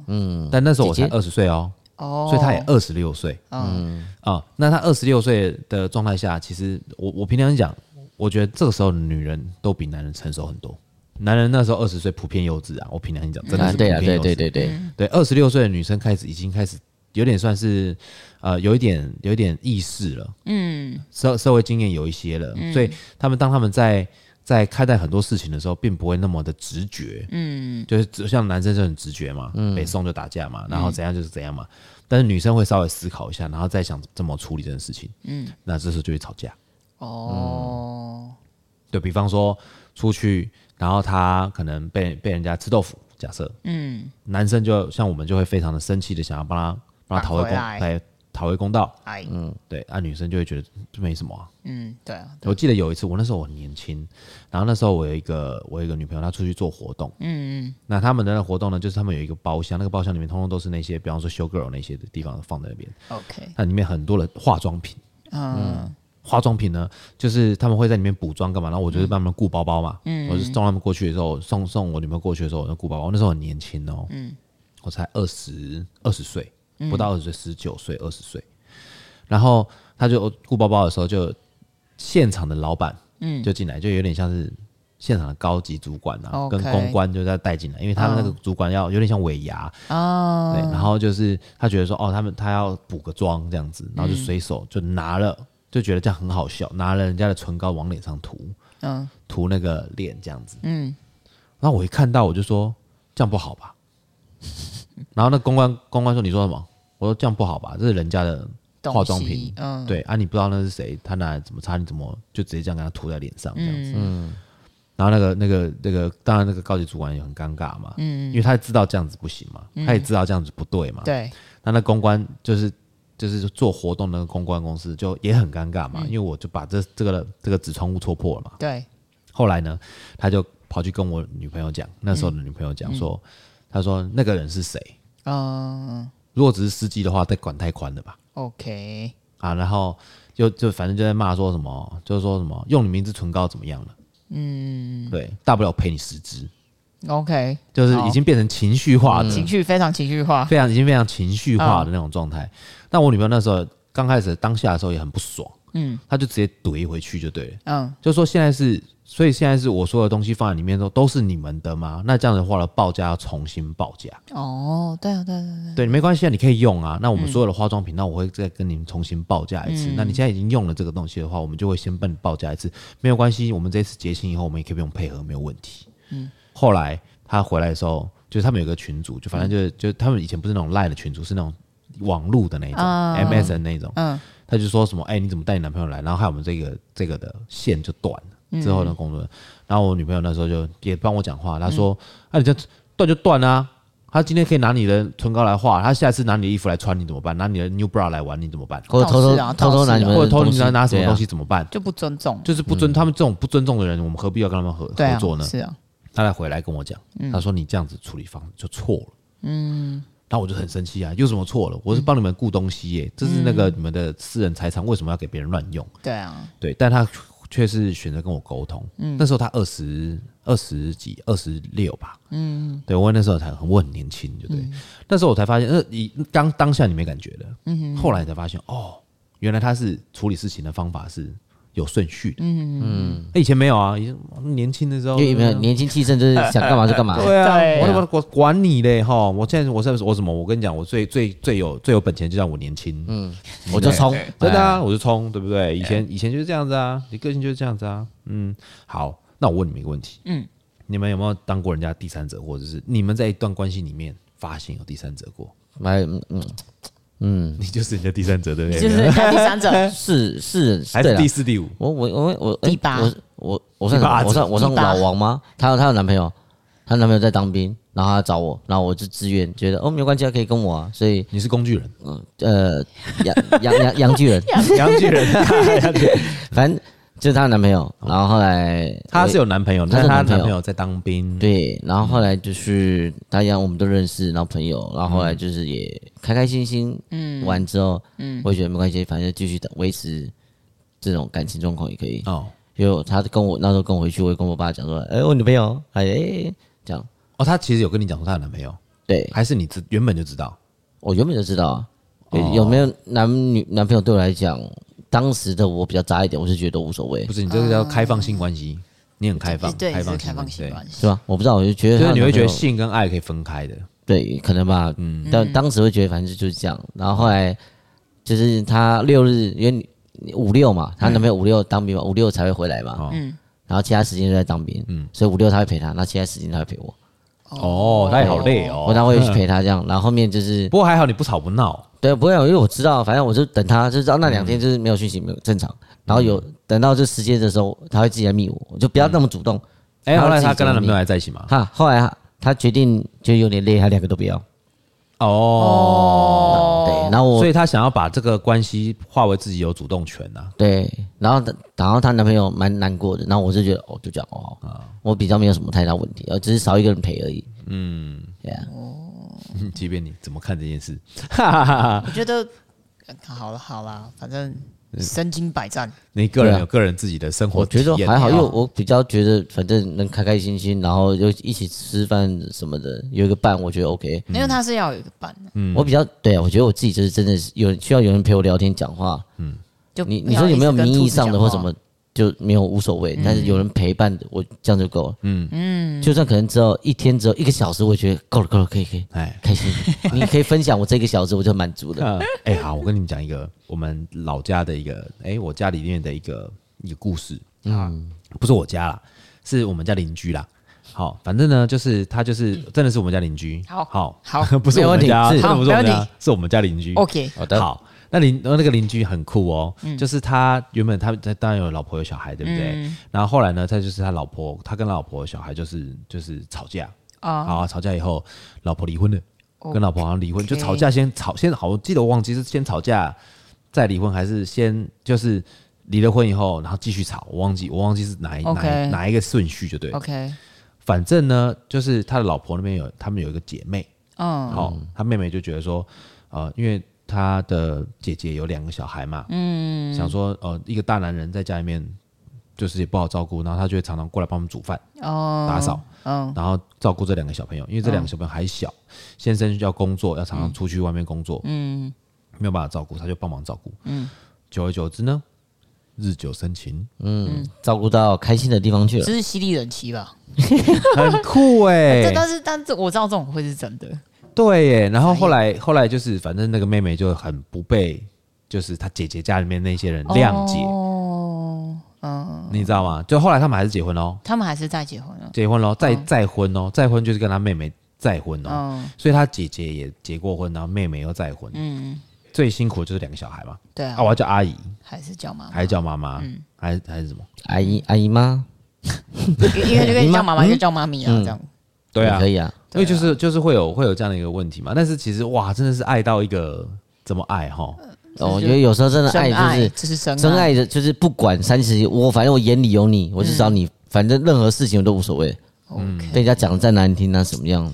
C: 嗯
A: 但那时候我才
B: 姐姐
A: 二十岁哦，
C: 哦，
A: 所以她也二十六岁
C: 嗯
A: 啊、那她二十六岁的状态下，其实我我平常讲，我觉得这个时候的女人都比男人成熟很多。男人那时候二十岁普遍幼稚啊，我平常讲真的
B: 啊
A: 是，普
B: 对啊，
A: 遍幼
B: 对
A: 稚。
B: 对对
C: 嗯
B: 对，
A: 对，二十六岁的女生开始已经开始有点算是呃，有一点有一点意识了，
C: 嗯
A: 社社会经验有一些了，所以他们当他们在在看待很多事情的时候，并不会那么的直觉，
C: 嗯，
A: 就是只像男生就很直觉嘛，北宋就打架嘛，然后怎样就是怎样嘛，但是女生会稍微思考一下，然后再想怎么处理这件事情，嗯，那这时候就会吵架，
C: 哦，
A: 对比方说出去，然后他可能被被人家吃豆腐，假设，
C: 嗯，
A: 男生就像我们就会非常的生气的想要帮他帮他讨回公
C: 返回来
A: 来讨回公道，
C: 哎，
A: 对，啊女生就会觉得这没什么、啊。
C: 嗯，对啊，
A: 我记得有一次，我那时候我很年轻，然后那时候我有一个我有一个女朋友，她出去做活动，嗯嗯，那他们的那活动呢，就是他们有一个包厢，那个包厢里面通通都是那些，比方说修 girl 那些的地方放在那边，
C: ，OK，
A: 那里面很多的化妆品，
C: 嗯
A: 化妆品呢，就是他们会在里面补妆干嘛，然后我就是帮他们顾包包嘛，我就送他们过去的时候，送送我女朋友过去的时候，我就顾包包。我那时候很年轻哦，我才二十二十岁，不到二
C: 嗯
A: 十岁，十九岁二十岁。然后他就顾包包的时候，就现场的老板，
C: 嗯
A: 就进来，就有点像是现场的高级主管啊，
C: OK 嗯
A: 跟公关就在带进来，因为他们那个主管要有点像尾牙，
C: 啊，
A: 对，然后就是他觉得说，哦，他们他要补个妆这样子，然
C: 嗯
A: 后就随手就拿了，就觉得这样很好笑，拿了人家的唇膏往脸上涂，
C: 嗯
A: 涂那个脸这样子。
C: 嗯，
A: 然后我一看到我就说，这样不好吧？ 然后那公关公关说你说什么？我说这样不好吧，这是人家的
C: 东
A: 化妆
C: 西
A: 品，
C: 嗯，
A: 对啊，你不知道那是谁，他拿来怎么擦，你怎么就直接这样给他涂在脸上这样子。嗯，然后那个那个那个，当然那个高级主管也很尴尬嘛，嗯，因为他知道这样子不行嘛，他也知道这样子不对嘛，
C: 对，
A: 那那公关就是就是做活动的那个公关公司就也很尴尬嘛，因为我就把这这个这个纸窗户戳破了嘛。
C: 对，
A: 嗯后来呢，他就跑去跟我女朋友讲，那时候的女朋友讲说，他说那个人是谁？
C: 嗯
A: 如果只是司机的话，再管太宽了吧？
C: ，OK，
A: 啊，然后就就反正就在骂说什么，就是说什么用你名字唇膏怎么样了？嗯，对，大不了赔你十支，
C: OK，
A: 就是
C: 好
A: 已经变成情绪化的，
C: 情绪非常情绪化，
A: 非常已经非常情绪化的那种状态。那我女朋友那时候刚开始当下的时候也很不爽，嗯，她就直接怼回去就对了，
C: 嗯，
A: 就说现在是，所以现在是我所有东西放在里面都都是你们的吗？那这样的话了，报价要重新报价，
C: 哦，对啊，对啊对啊
A: 对，没关系啊，你可以用啊。那我们所有的化妆品，那我会再跟你们重新报价一次。那你现在已经用了这个东西的话，我们就会先帮你报价一次，没有关系。我们这次结清以后，我们也可以不用配合，没有问题。嗯。后来他回来的时候，就是他们有个群组，就反正
B: 嗯
A: 就是、就他们以前不是那种赖的群组，是那种网路的那一种、MSN
B: 啊
A: 那一种。
C: 嗯
A: 他就说什么，哎、你怎么带你男朋友来？然后害我们这个这个的线就断
B: 嗯
A: 了。之后呢，工作人员，然后我女朋友那时候就也帮我讲话，她说：“那、
B: 嗯
A: 你这样断就断啊，他今天可以拿你的唇膏来画，他下次拿你的衣服来穿，你怎么办？拿你的 new bra 来玩，你怎么办？
B: 或者偷偷
C: 倒是啊
B: 偷偷
C: 倒是啊
B: 拿你们的
A: 或者偷
B: 东
A: 你
B: 西
A: 拿拿什么
B: 对啊
A: 东西怎么办？
C: 就不尊重，
A: 就是不尊、他们这种不尊重的人，我们何必要跟他们合、
C: 嗯对
A: 合
C: 啊
A: 作，呢？
C: 是嗯啊，
A: 他来回来跟我讲，他说你这样子处理方式就错了。嗯，那我就很生气啊，有什么错了？我
C: 嗯
A: 是帮你们顾东西耶、这是那个你们的私人财产，为什么要给别人乱用？
C: 对啊，
A: 对，但他却是选择跟我沟通。那时候他二十二十几，二十六吧。嗯，对我那时候才很我很年轻，就对。那时候我才发现，呃，你刚当下你没感觉的，嗯，后来你才发现，哦，原来他是处理事情的方法是有顺序的。嗯嗯，以前没有啊，以前年轻的时候
B: 啊因为没有年轻气盛，就是想干嘛就干嘛。
A: 对啊，
C: 对
A: 我他妈管管你嘞哈！我现在我现在我什么？我跟你讲，我最最最有最有本钱，就让我年轻。嗯，
B: 我就冲
A: 真的
B: 哎
A: 啊，我就冲，对不对？以前以前就是这样子啊，你个性就是这样子啊。嗯，好，那我问你们一个问题，嗯，你们有没有当过人家第三者，或者是你们在一段关系里面发现有第三者过？
B: 来，嗯嗯，
A: 你就是人家第三者，对不对？
C: 就是人家第三者，
B: 是是，
A: 哎还
B: 对
A: 是
B: 啦
A: 第四、第五？
B: 我我我我哎
C: 第八
B: 我我我算
A: 第八
B: 什么我算我算
C: 第八
B: 老王吗？她她有男朋友，她男朋友在当兵，然后她找我，然后我就自愿，觉得哦没有关系，啊，可以跟我啊，所以
A: 你是工具人，
B: 呃杨杨杨杨巨人，
A: 洋巨人，洋巨 人
B: 反正就是她的男朋友，然后后来
A: 他是有男朋友，
B: 他
A: 但
B: 是
A: 是他
B: 男朋
A: 男
B: 友
A: 朋友在当兵，
B: 对，然后后来就是大家我们都认识，然后朋友，然
A: 嗯
B: 后后来就是也开开心心，嗯，完之后，嗯，我也觉得没关系，反正就继续的维持这种感情状况也可以。
A: 哦
B: 因为他跟我那时候跟我回去，我也跟我爸讲说，哎、我女朋友，哎、这样，
A: 哦，他其实有跟你讲说他有男朋友，
B: 对
A: 还是你知原本就知道？
B: 我原本就知道啊，
A: 哦
B: 有有没有男女男朋友对我来讲，当时的我比较渣一点，我是觉得无所谓
A: 不，是，你这个叫开放性关系，
B: 啊
A: 你很开放，
C: 对，是开
A: 性
C: 放
A: 关系
C: 性关系，
B: 是吧？我不知道，我就觉
A: 对就
B: 得他
A: 是
B: 的
A: 你会觉得
B: 男朋友
A: 性跟爱可以分开的，
B: 对，可能吧，嗯，但当时会觉得反正就是这样。然后后来就是她六日，因为你你五六嘛，她男朋友五六当兵嘛，五六才会回来
A: 哦
B: 嘛，嗯，然后其他时间就在当兵，嗯，所以五六她会陪他，那其他时间她会陪我，
A: 哦，他也好累
B: 我
A: 哦。
B: 他会去陪他这样。然后后面就是
A: 不过还好你不吵不闹，
B: 对，不会有，因为我知道，反正我就等他，就知道那两天
A: 嗯
B: 就是没有讯息，没有正常。然后有等到这时间的时候，他会自己来密我，我就不要那么主动。
A: 哎，
B: 然
A: 后
B: 后
A: 来
B: 自己
A: 她跟她
B: 整
A: 男朋友
B: 理
A: 还在一起嘛？
B: 哈，后来他决定就有点累，他两个都不要。
A: 哦，
B: 对，然后我
A: 所以她想要把这个关系化为自己有主动权啊呐。
B: 对，然后她然后她男朋友蛮难过的，然后我就觉得哦，就这样哦，
A: 啊
B: 我比较没有什么太大问题，呃，只是少一个人陪而已。嗯，对啊，
A: 即便你怎么看这件事，哈哈哈哈，
C: 哦我觉得呃好了好了，反正身经百战，
A: 你个人
B: 对啊
A: 有个人自己的生活
B: 我觉得
A: 体验
B: 还好，因为
A: 哦
B: 我比较觉得反正能开开心心，然后又一起吃饭什么的，有一个伴，我觉得 OK。
C: 因为他是要有一个伴的，
B: 我比较对啊，我觉得我自己就是真的是有需要有人陪我聊天讲话。
C: 就
B: 你
C: 不
B: 你
C: 要
B: 说有
C: 一
B: 没
C: 直
B: 有
C: 跟
B: 名
C: 兔
B: 义
C: 子
B: 上的
C: 讲
B: 或
C: 话
B: 什么就没有无所谓，但是有人陪伴的，我这样就够了。嗯嗯，就算可能只有一天只有一个小时，我也觉得够了够了，可以可以。
A: 哎
B: 开心，你可以分享我这个小时，我就满足了。
A: 呃哎好，我跟你们讲一个我们老家的一个哎，我家里面的一个一个故事啊，
B: 嗯
A: 不是我家啦，是我们家邻居啦。好，反正呢，就是他就是真的是我们家邻居，
C: 好
A: 好
C: 好
A: 不是
B: 没
A: 我
B: 问
A: 们
B: 题
A: 家，
B: 是
A: 真的不是我们
C: 好没问
A: 家，是我们家邻居。
C: ？OK，
B: 好的
A: 好，那邻呃那个邻居很酷哦，就是他原本他他当然有老婆有小孩，对不对？然后后来呢，他就是他老婆，他跟老婆小孩就是就是吵架
C: 哦
A: 啊，好吵架以后，老婆离婚了，跟老婆好像离婚，就吵架先吵先好，我记得我忘记是先吵架再离婚，还是先就是离了婚以后，然后继续吵，我忘记我忘记是哪一哪
C: OK
A: 一哪一个顺序就对了。
C: OK，
A: 反正呢，就是他的老婆那边有他们有一个姐妹，
C: 嗯，
A: 哦，他妹妹就觉得说，呃，因为他的姐姐有两个小孩嘛，嗯，想说，呃，一个大男人在家里面就是也不好照顾，然后他就会常常过来帮我们煮饭、
C: 哦，
A: 打扫，
C: 嗯，
A: 然后照顾这两个小朋友，因为这两个小朋友还小，先生要工作，要常常出去外面工作，嗯，没有办法照顾，他就帮忙照顾，嗯，久而久之呢，日久生情，
B: 嗯，照顾到开心的地方去了
C: 这。是犀利人妻吧？
A: 很酷哎、
C: 这但是但是我知道这种会是真的，
A: 对耶，然后后来后来就是，反正那个妹妹就很不被，就是她姐姐家里面那些人谅解，
C: 哦，
A: 你知道吗？就后来他们还是结婚喽，
C: 他们还是在结婚了，
A: 结婚喽，再、再婚哦，再婚就是跟他妹妹再婚哦，
C: 嗯，
A: 所以他姐姐也结过婚，然后妹妹又再婚，嗯，最辛苦的就是两个小孩嘛，
C: 对
A: 啊，
C: 啊
A: 我，要叫阿姨，
C: 还是叫妈妈，
A: 还是叫妈妈，
C: 嗯
A: 还是还是什么？
B: 阿姨，阿姨吗？
C: 一个就跟你叫妈妈，一个叫妈咪啊，
B: 嗯
C: 这样，
A: 对啊
B: 也可，以啊。
A: 因为就是就是会有会有这样的一个问题嘛，但是其实哇，真的是爱到一个怎么爱哈？
B: 哦我觉得有时候真的
C: 真
B: 爱
C: 爱
B: 就是
C: 这是真
B: 真爱的，就是不管三十，我反正我眼里有你，我就找你，反正任何事情我都无所谓。被
C: ，OK，
B: 人家讲得再难听啊，什么样？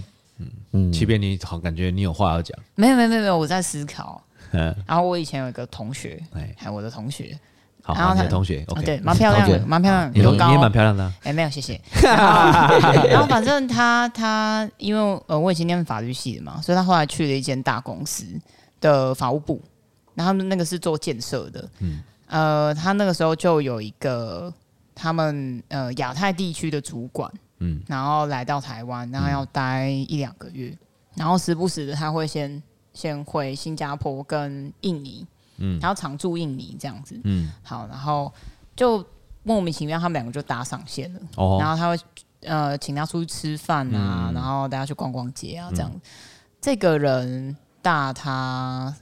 B: 嗯，
A: 欺骗你好，感觉你有话要讲，
C: 没有没有没有没有，我在思考。
A: 嗯，
C: 然后我以前有一个同学，
A: 哎，
C: 还有我的同学，
A: 好，
C: 然后
A: 好你的
C: 他
A: 同学
C: 啊
A: ，OK，
C: 对，蛮漂亮
B: 同
C: 的，
B: 学
C: 蛮漂亮的，
A: 你同
C: 有
A: 你
C: 高，
A: 也蛮漂亮的啊，
C: 哎、没有，谢 谢。然后然后反正他他因为呃我以前念法律系的嘛，所以他后来去了一间大公司的法务部，然后他们那个是做建设的，嗯，呃，他那个时候就有一个他们呃亚太地区的主管，
A: 嗯
C: 嗯，然后来到台湾，然后要待一两个月，然后时不时的他会先先回新加坡跟印尼，嗯，然后常驻印尼这样子，
A: 嗯，
C: 好，然后就莫名其妙他们两个就搭上线了。然
A: 哦，嗯
C: 后他会呃请他出去吃饭啊，然后带他去逛逛街啊，这样。这个人大他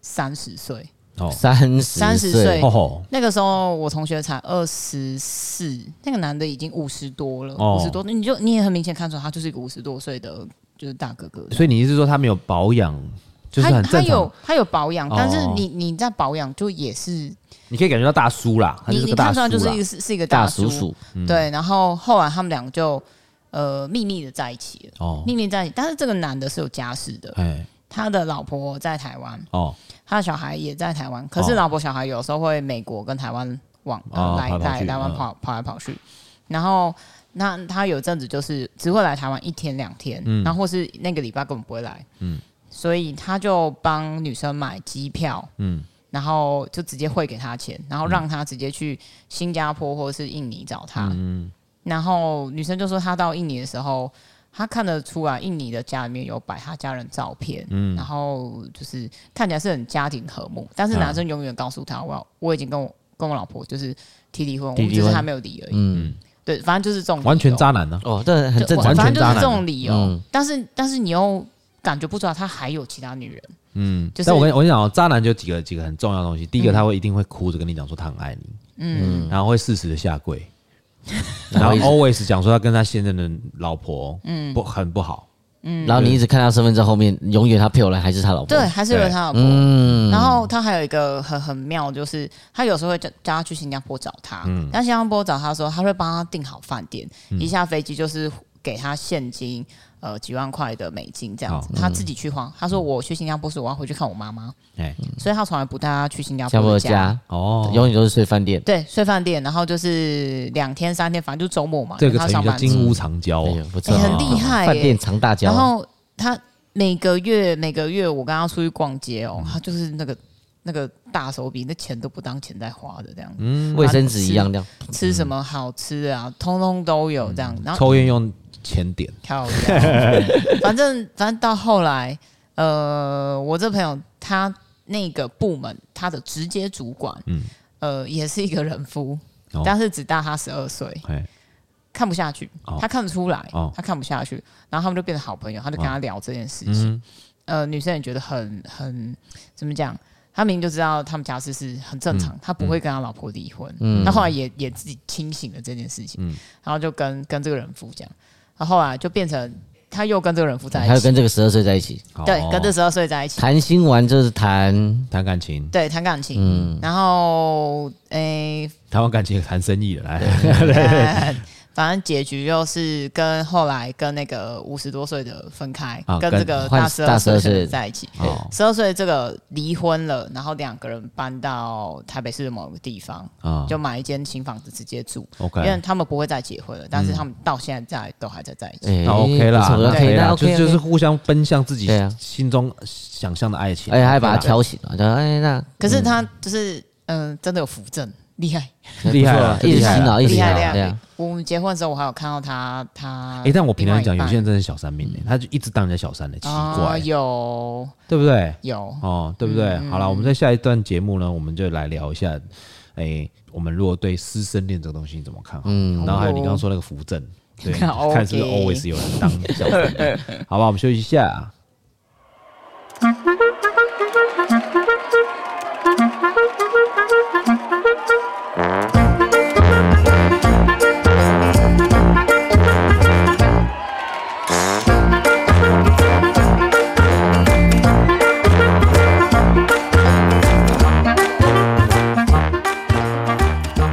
C: 三十岁，
A: 哦，
B: 三十
C: 30
B: 岁
C: 岁
A: 吼吼，
C: 那个时候我同学才二十四，那个男的已经五十多了，
A: 哦
C: 五十、多，你就你也很明显看出来，他就是一个五十多岁的就是大哥哥。
A: 所以你意思是说他没有保养，就是
C: 他
A: 很
C: 他
A: 正常
C: 有，他有保养，
A: 哦
C: 但是你你在保养就也是
A: 你可以感觉到大叔啦，他就
C: 你
A: 是
C: 你
A: 个
C: 看
A: 大叔啦啊
C: 出来就是一个是是一个
B: 大
C: 叔
B: 叔，叔，
A: 嗯
C: 对。然后后来他们两个就呃秘密的在一起了，
A: 哦，
C: 秘密在一起，但是这个男的是有家室的，
A: 哎，
C: 他的老婆在台湾，
A: 哦，
C: 他的小孩也在台湾，可是
A: 哦
C: 老婆小孩有时候会美国跟台湾往、
A: 哦
C: 呃、来
A: 跑来跑
C: 来
A: 去
C: 台湾
A: 嗯
C: 跑、跑来跑去，然后那他有阵子就是只会来台湾一天两天，
A: 嗯
C: 然后或是那个礼拜根本不会来，
A: 嗯
C: 所以他就帮女生买机票，
A: 嗯，
C: 然后就直接汇给他钱，然后让他直接去新加坡或者是印尼找
A: 嗯
C: 他。然后女生就说，她到印尼的时候，她看得出来印尼的家里面有摆她家人照片，
B: 嗯
A: 嗯
C: 然后就是看起来是很家庭和睦，但是男生永远告诉她，我要我已经跟我跟我老婆就是提离婚，
B: 提
C: 我们
B: 离
C: 只是
B: 婚
C: 还没有离而已。
B: 嗯，
C: 对，反正就是这种
A: 完全
C: 理由
A: 渣男啊呢，
B: 哦，这很
C: 就
B: 正常
A: 完。全
C: 反正就
A: 渣
C: 是
A: 男
C: 这种理由。
B: 嗯
C: 但是但是你又感觉不出来他还有其他女人，
A: 嗯，
C: 就是嗯
A: 但我跟你我跟你讲哦，渣男就几个几个很重要的东西，第一个他会一定会哭着跟你讲说他很爱你，嗯，然后会适时的下跪，
C: 嗯
A: 然后 always 讲说他跟他现任的老婆，嗯，不很不好，
B: 然后你一直看他身份证后面，永远他配偶人还是他老婆。
C: 对，，还是有
A: 对
C: 他老婆。
B: 嗯，
C: 然后他还有一个很很妙，就是他有时候会叫叫他去新加坡找他，但新加坡找他的时候，他会帮他订好饭店，一下飞机就是给他现金，呃，几万块的美金这样子，他自己去花。他说我去新加坡是我要回去看我妈妈，
A: 哎，
C: 所以他从来不带他去新加
B: 加
C: 坡
B: 坡
C: 的
B: 家
A: 哦，
B: 永远都是睡饭店。
C: 对，睡饭店，然后就是两天三天，反正就周末嘛，
A: 这个
C: 因为他
A: 成
C: 上
A: 语叫
C: 班族
A: 金屋藏娇
B: 哎
A: 哦
B: 呦，，不错，
C: 哎很厉害耶
B: 饭店藏大
C: 然
B: 娇，
C: 后他每个月每个月，我跟他出去逛街哦，他就是那个那个大手笔，那钱都不当钱在花的这样，
B: 卫生纸一样亮。
C: 吃什么好吃的啊，通通都有这样。然后
A: 嗯
C: 嗯
A: 抽烟用钱点，
C: 靠腰反正反正到后来，呃，我这朋友他那个部门他的直接主管，
A: 嗯
C: 呃，也是一个人夫，
A: 哦
C: 但是只大他十二岁，
A: 哎，
C: 看不下去
A: 哦，
C: 他看得出来
A: 哦，
C: 他看不下去，然后他们就变成好朋友，他就跟他聊这件事情。
A: 嗯，
C: 呃，女生也觉得很很怎么讲？他明明就知道他们家事是很正常，他不会跟他老婆离婚。
B: 嗯
C: 他后来也也自己清醒了这件事情，
A: 嗯
C: 然后就跟跟这个人夫讲，然后后来就变成他又跟这个人夫在
B: 还
C: 一
B: 有
C: 起，
B: 跟这个十二岁在一起，
A: 好
C: 对，跟这十二岁在一起，
B: 谈心完就是谈
A: 谈感情，
C: 对，谈感情，然后诶、
A: 台湾感情很谈生意的，来，
C: 哎反正结局就是跟后来跟那个五十多岁的分开，
A: 啊
C: 跟
A: 跟
C: 这个
B: 换
C: 大十
B: 大
C: 二
B: 12岁
C: 岁
B: 的
C: 的在一起。
A: 哦
C: 十二岁这个离婚了，然后两个人搬到台北市的某个地方，
A: 啊
C: 就买一间新房子直接住，因为
A: ，OK，嗯
C: 他们不会再结婚了，但是他们到现在都还在在一起。
B: 哎
A: 那 OK 啦，
B: 不错
A: 那
B: 那可以，那
A: 啦，
B: OK，
A: 就就是互相奔向自己
B: 对啊
A: 心中想象的爱情，
B: 哎，还把他
A: OK 啦
B: 挑醒了，就哎那
C: 可是他就是嗯、真的有扶正，厉害，
A: 厉害啊了
B: 不错一直
A: 厉害
B: 洗脑，
A: 了
B: 一直洗
C: 厉害，
B: 脑，
C: 厉
B: 对
C: 害
B: 啊，。
C: 我们结婚的时候，我还有看到他，他
A: 哎，但我平常讲，有些
C: 人
A: 人真的是小三
B: 嗯
A: 命呢，他就一直当人家小三的，奇怪，
C: 啊哦有嗯
A: 对不对？
C: 有，
A: 哦，对不对？好了，我们在下一段节目呢，我们就来聊一下，哎、我们如果对师生恋这个东西你怎么看？嗯，然后还有你刚
C: 哦
A: 刚说那个扶正，对，
C: OK
A: 看是不是 always 有人当小三的，好吧？我们休息一下啊。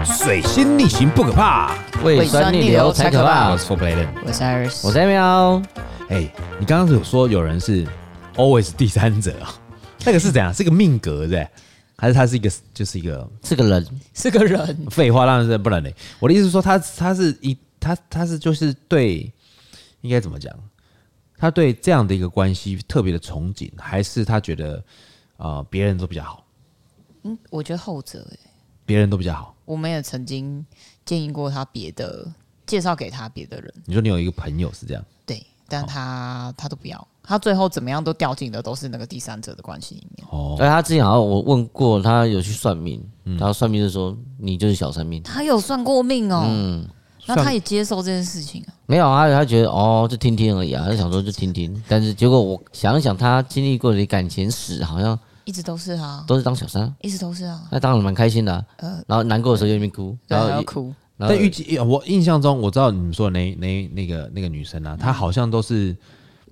A: 水星逆行不可怕，
B: 胃酸逆流才可怕
A: 我。是 For Playen。
C: 我是 Iris，
B: 我在喵，
A: 哎、你刚刚有说有人是 always 第三者啊， 那个是怎样？是个命格是不是还是他是一个就是一个
B: 是个人，
C: 是个人，
A: 废话，当然是不然嘞。我的意思是说他，他是一他他是就是对，应该怎么讲？他对这样的一个关系特别的憧憬，还是他觉得啊别、人都比较好，
C: 嗯，我觉得后者、欸，
A: 别人都比较好？
C: 我们也曾经建议过他别的，介绍给他别的人，
A: 你说你有一个朋友是这样，
C: 对，但他、他都不要，他最后怎么样都掉进的都是那个第三者的关系里面，
A: 哦，
B: 哎，他之前好像我问过，他有去算命，然后算命就说你就是小三命，
C: 他有算过命哦、那
A: 算
C: 他也接受这件事情啊，
B: 没有啊，他觉得哦，就听听而已啊，他想说就听听，但是结果我想一想，他经历过的感情史好像
C: 一直都是啊，
B: 都是当小三，
C: 一直都是啊，
B: 那当然蛮开心的啊、然后难过的时候就在那边哭，
C: 呃对，
B: 然
C: 还
B: 后
C: 要
B: 也
C: 哭，
B: 然后
A: 但预计呃我印象中，我知道你们说的那那那个那个女生
C: 嗯
A: 啊，她好像都是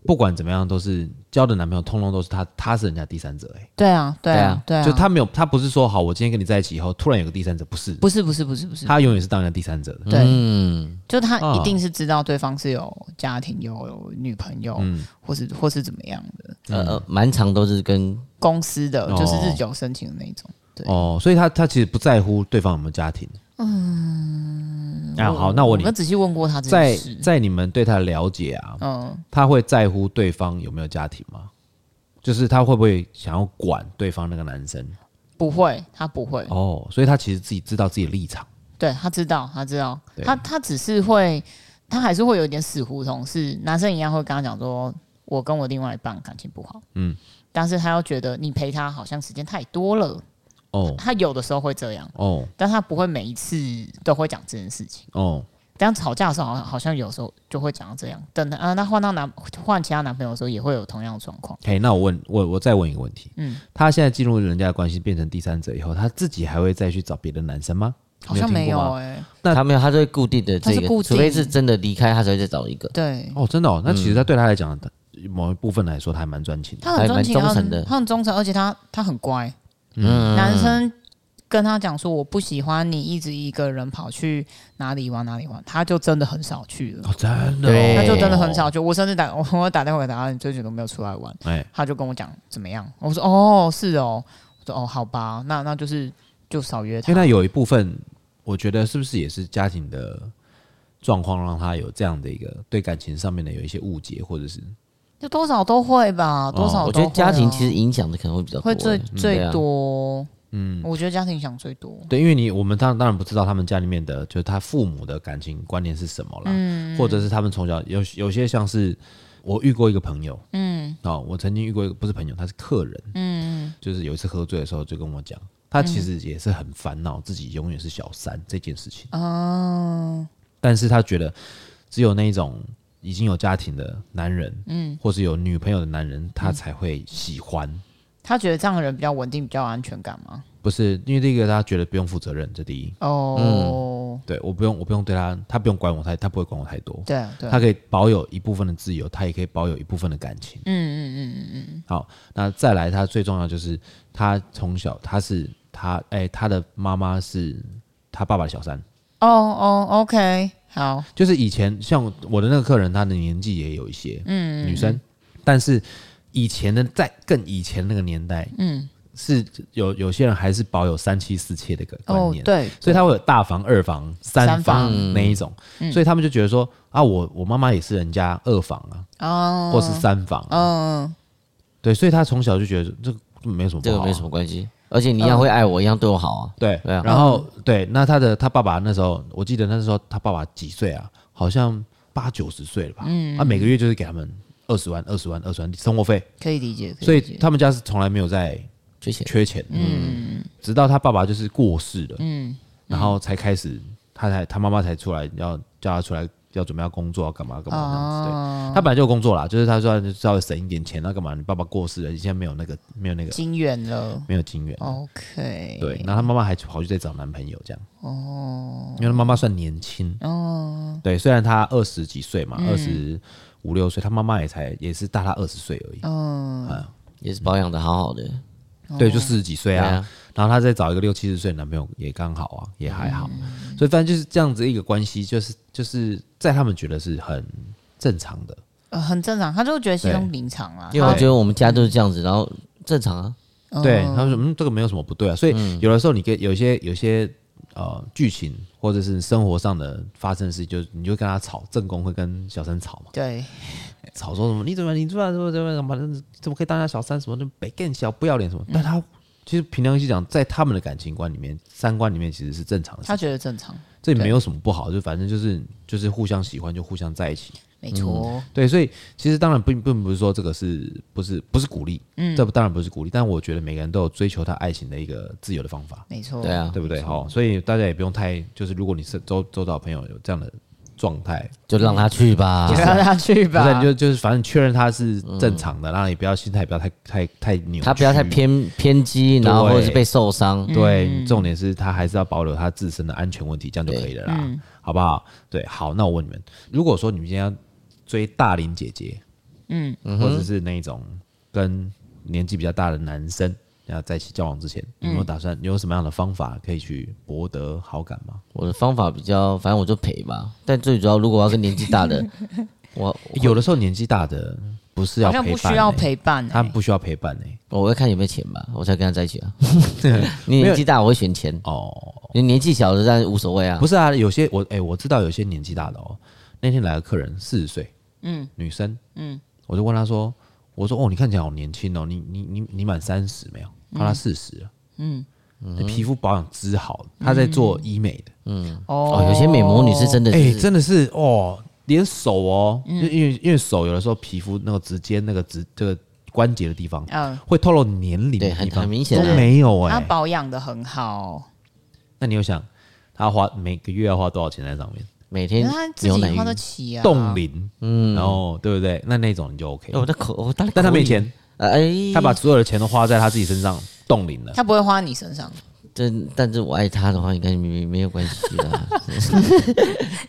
A: 不管怎么样都是交的男朋友，通通都是她，她是人家第三者、欸，
C: 对啊，对啊，对啊，
A: 就她没有，她不是说好我今天跟你在一起以后，突然有个第三者，不是，
C: 不是不是不是不是，
A: 她永远是当人家第三者的。
C: 对，
B: 嗯，
C: 就他
A: 啊
C: 一定是知道对方是有家庭、有女朋友，或是或是怎么样的
B: 呃呃，满场都是跟
C: 公司的，就是
A: 哦
C: 日久生情的那种。对
A: 哦，所以她她其实不在乎对方有没有家庭。嗯，啊，好，那我
C: 我
A: 问
C: 们
A: 你
C: 仔细问过他这
A: 在
C: 件事，
A: 在你们对她的了解啊，
C: 嗯，
A: 她会在乎对方有没有家庭吗？就是她会不会想要管对方那个男生？
C: 不会，他不会，
A: 哦，所以她其实自己知道自己的立场。
C: 对他知道，他知道，
A: 对
C: 他他只是会，他还是会有点死胡同，是男生一样会跟他讲说，我跟我另外一半感情不好，
A: 嗯
C: 嗯，但是他又觉得你陪他好像时间太多了，
A: 哦
C: 他有的时候会这样，
A: 哦
C: 但他不会每一次都会讲这件事情。
A: 哦，
C: 但吵架的时候，好像好像有时候就会讲到这样。等啊，那换到男换其他男朋友的时候，也会有同样的状况。
A: 嘿，那我问我我再问一个问题，
C: 嗯，
A: 她现在进入人家的关系变成第三者以后，她自己还会再去找别的男生吗？
C: 好像
A: 没
C: 没
A: 有听过
C: 有
A: 吗
C: 哎、
A: 那
B: 他没有，他都会固定的
C: 他
B: 这
C: 是
B: 个，
C: 固
B: 除非
C: 定
B: 是真的离开，他才会再找一个。
C: 对，
A: 哦，真的哦，那其实她对她来讲，某一部分来说，她还蛮专情的。
C: 他很专情，
B: 还蛮
C: 他
B: 忠诚的
C: 很他很忠诚，而且他他很乖。
B: 嗯，
C: 男生跟他讲说我不喜欢你一直一个人跑去哪里玩哪里玩，他就真的很少去了。
A: 哦，真的、哦
B: 对，
C: 嗯他就真的很少去。我甚至打 我我打电话给他，你最近都没有出来玩。
A: 哎、
C: 他就跟我讲怎么样，我说哦是哦，我说哦好吧，那那就是就少约他
A: 因为。那有一部分，我觉得是不是也是家庭的状况让她有这样的一个对感情上面的有一些误解，或者是
C: 就多少都会吧，多少
B: 哦我
C: 都
B: 觉
C: 会啊、
B: 得家庭其实影响的可能会比较多，
C: 会最
B: 嗯
C: 最。
B: 对啊
C: 多，嗯，我觉得家庭影响最多，
A: 对，因为你我们当当然不知道他们家里面的就是他父母的感情观念是什么啦，或者是他们从小有有些像是我遇过一个朋友，嗯，哦，我曾经遇过一个不是朋友，他是客人，嗯，就是有一次喝醉的时候就跟我讲，他其实也是很烦恼自己永远是小三这件事情，哦，但是他觉得只有那种。已经有家庭的男人，嗯，或是有女朋友的男人，他才会喜欢。
C: 他觉得这样的人比较稳定，比较有安全感吗？
A: 不是因为这个，他觉得不用负责任，这第一。
B: 嗯
C: 哦，
A: 对我不用，我不用对他，他不用管我太，他不会管我太多。
C: 对啊对啊
A: 他，可以保有一部分的自由，他也可以保有一部分的感情。嗯嗯嗯嗯嗯。好，那再来，他最重要就是他从小他是他哎、他的妈妈是他爸爸的小三，
C: 어,哦哦，OK，好，
A: 就是以前像我的那个客人，她的年纪也有一些，嗯，女生，但是以前的在更以前那个年代，嗯，是有有些人还是保有三妻四妾的一个观
C: 哦
A: 念，，
C: 对，
A: 所以他会有大房、二房、三
C: 三
A: 房
C: 房
B: 嗯
A: 那一种，所以他们就觉得说啊，我我妈妈也是人家二房啊，
C: 네.哦，
A: 或是三房
C: 어,
A: 啊、
C: 嗯，
A: 对，所以他从小就觉得这个没有什么不
B: 这
A: 好啊、
B: 个没什么关系。而且你一样会爱我，一样对我好啊。
A: 对，
B: 对啊
A: 然后对，那他的他爸爸那时候，我记得那时候他爸爸几岁啊？好像八九十岁了吧？嗯，啊，每个月就是给他们二十万、二十万、二十万生活费，
C: 可以理解，可
A: 所以
C: 理解
A: 他们家是从来没有在
B: 最前
A: 缺钱，嗯，直到他爸爸就是过世了，嗯，然后才开始，他才他妈妈才出来要叫他出来。要准备要工作，要干嘛干嘛这样子。对，他本来就有工作啦，就是他说稍微省一点钱，那干嘛？你爸爸过世了，你现在没有那个没有那个
C: 金元了
A: 没有金源。
C: ，OK，
A: 哦对，然后她妈妈还跑去再找男朋友这样。哦，因为她妈妈算年轻。哦，嗯对，虽然她二十几岁嘛，二十五六岁，她妈妈也才也是大她二十岁而已。
B: 也是保养的好好的，
A: 对，就四十几岁啊。
B: 对啊
A: 然后她再找一个六七十岁的男朋友也刚好啊，也还好。所以反正就是这样子一个关系，就是就是在他们觉得是很正常的。
C: 呃，很正常，他就觉得稀
A: 对
C: 松平常啊，
B: 因为我觉得我们家都是这样子，然后正常啊。
A: 对，他们说嗯，这个没有什么不对啊。所以有的时候你跟有一些有一些呃剧情或者是生活上的发生的事，就你就跟他吵，正宫会跟小三吵嘛，
C: 对，
A: 吵说什么你怎么你怎么怎么怎么怎么怎么可以当人家小三什么就北更小不要脸什么？但他其实凭良心讲，在他们的感情观里面、三观里面其实是正常的事
C: 他
A: 情，
C: 觉得正常，
A: 这也没有什么不好，就反正就是就是互相喜欢就互相在一起。
C: 没错，
A: 对，所以其实当然并并不是说这个是不是不是鼓励，嗯，这当然不是鼓励，但我觉得每个人都有追求他爱情的一个自由的方法。
C: 没错，
B: 对，啊，
A: 哦对不对？好，所以大家也不用太，就是如果你是周周遭朋友有这样的状态，
B: 就让他去吧。
C: 让他去
A: 不是啊
B: 啊
A: 你
C: 吧，
A: 就就是反正确认他是正常的，然后你不要心态不要太太太扭曲，
B: 嗯他不要太。偏偏激，然后或者是被受伤。
A: 对，
C: 嗯
A: 重点是他还是要保留他自身的安全问题，这样就可以了啦，
C: 嗯
A: 好不好？对，好，那我问你们，如果说你们今天要追大龄姐姐，嗯，或者是那种跟年纪比较大的男生，要在一起交往之前，
C: 嗯
A: 有没有打算？你有什么样的方法可以去博得好感吗？
B: 我的方法比较，反正我就陪吧。但最主要，如果我要跟年纪 大的，我
A: 有的时候年纪大的不是要
C: 好
A: 陪
C: 像
A: 伴、欸，
C: 不需要陪伴欸，
A: 他不需要陪伴哎、
B: 我会看有没有钱吧，我才跟他在 一起啊。你年纪大，我会选钱；
A: 哦，
B: 你年纪小的，但无所谓啊。
A: 不是啊，有些我哎、我知道有些年纪大的哦。那天来个客人四十岁，嗯，女生，嗯，我就问他说，我说哦，你看起来好年轻哦，你你你你满三十没有？他说他四十了，嗯，皮肤保养之好，
B: 嗯
A: 他在做医美的，
B: 哦，有些美魔女是真的，
A: 哎、
B: 就是嗯
A: 真的是哦，连手哦，因因为因为手有的时候皮肤那个指尖那个指这个关节的地方，
C: 嗯，
A: 会透露年龄的
B: 啊对
A: 地
B: 很
A: 方
B: 很明显
A: 都
B: 啊
A: 没有哎、
C: 他保养的很好，
A: 那你有想他花每个月要花多少钱在上面？
B: 每
C: 可
B: 天
C: 是他自
B: 牛奶
C: 己
B: 浴
C: 花。得起啊，
A: 冻龄，嗯，然后对不对？那哦那种你就 OK
B: 哎。
C: 哦
B: 我的口，我当然
A: 但他
B: 可以
A: 没钱，
B: 哎，
A: 他把所有的钱都花在他自己身上，冻龄了。
C: 他不会花你身上，
B: 这，但是我爱他的话，应该没没有关系 啦。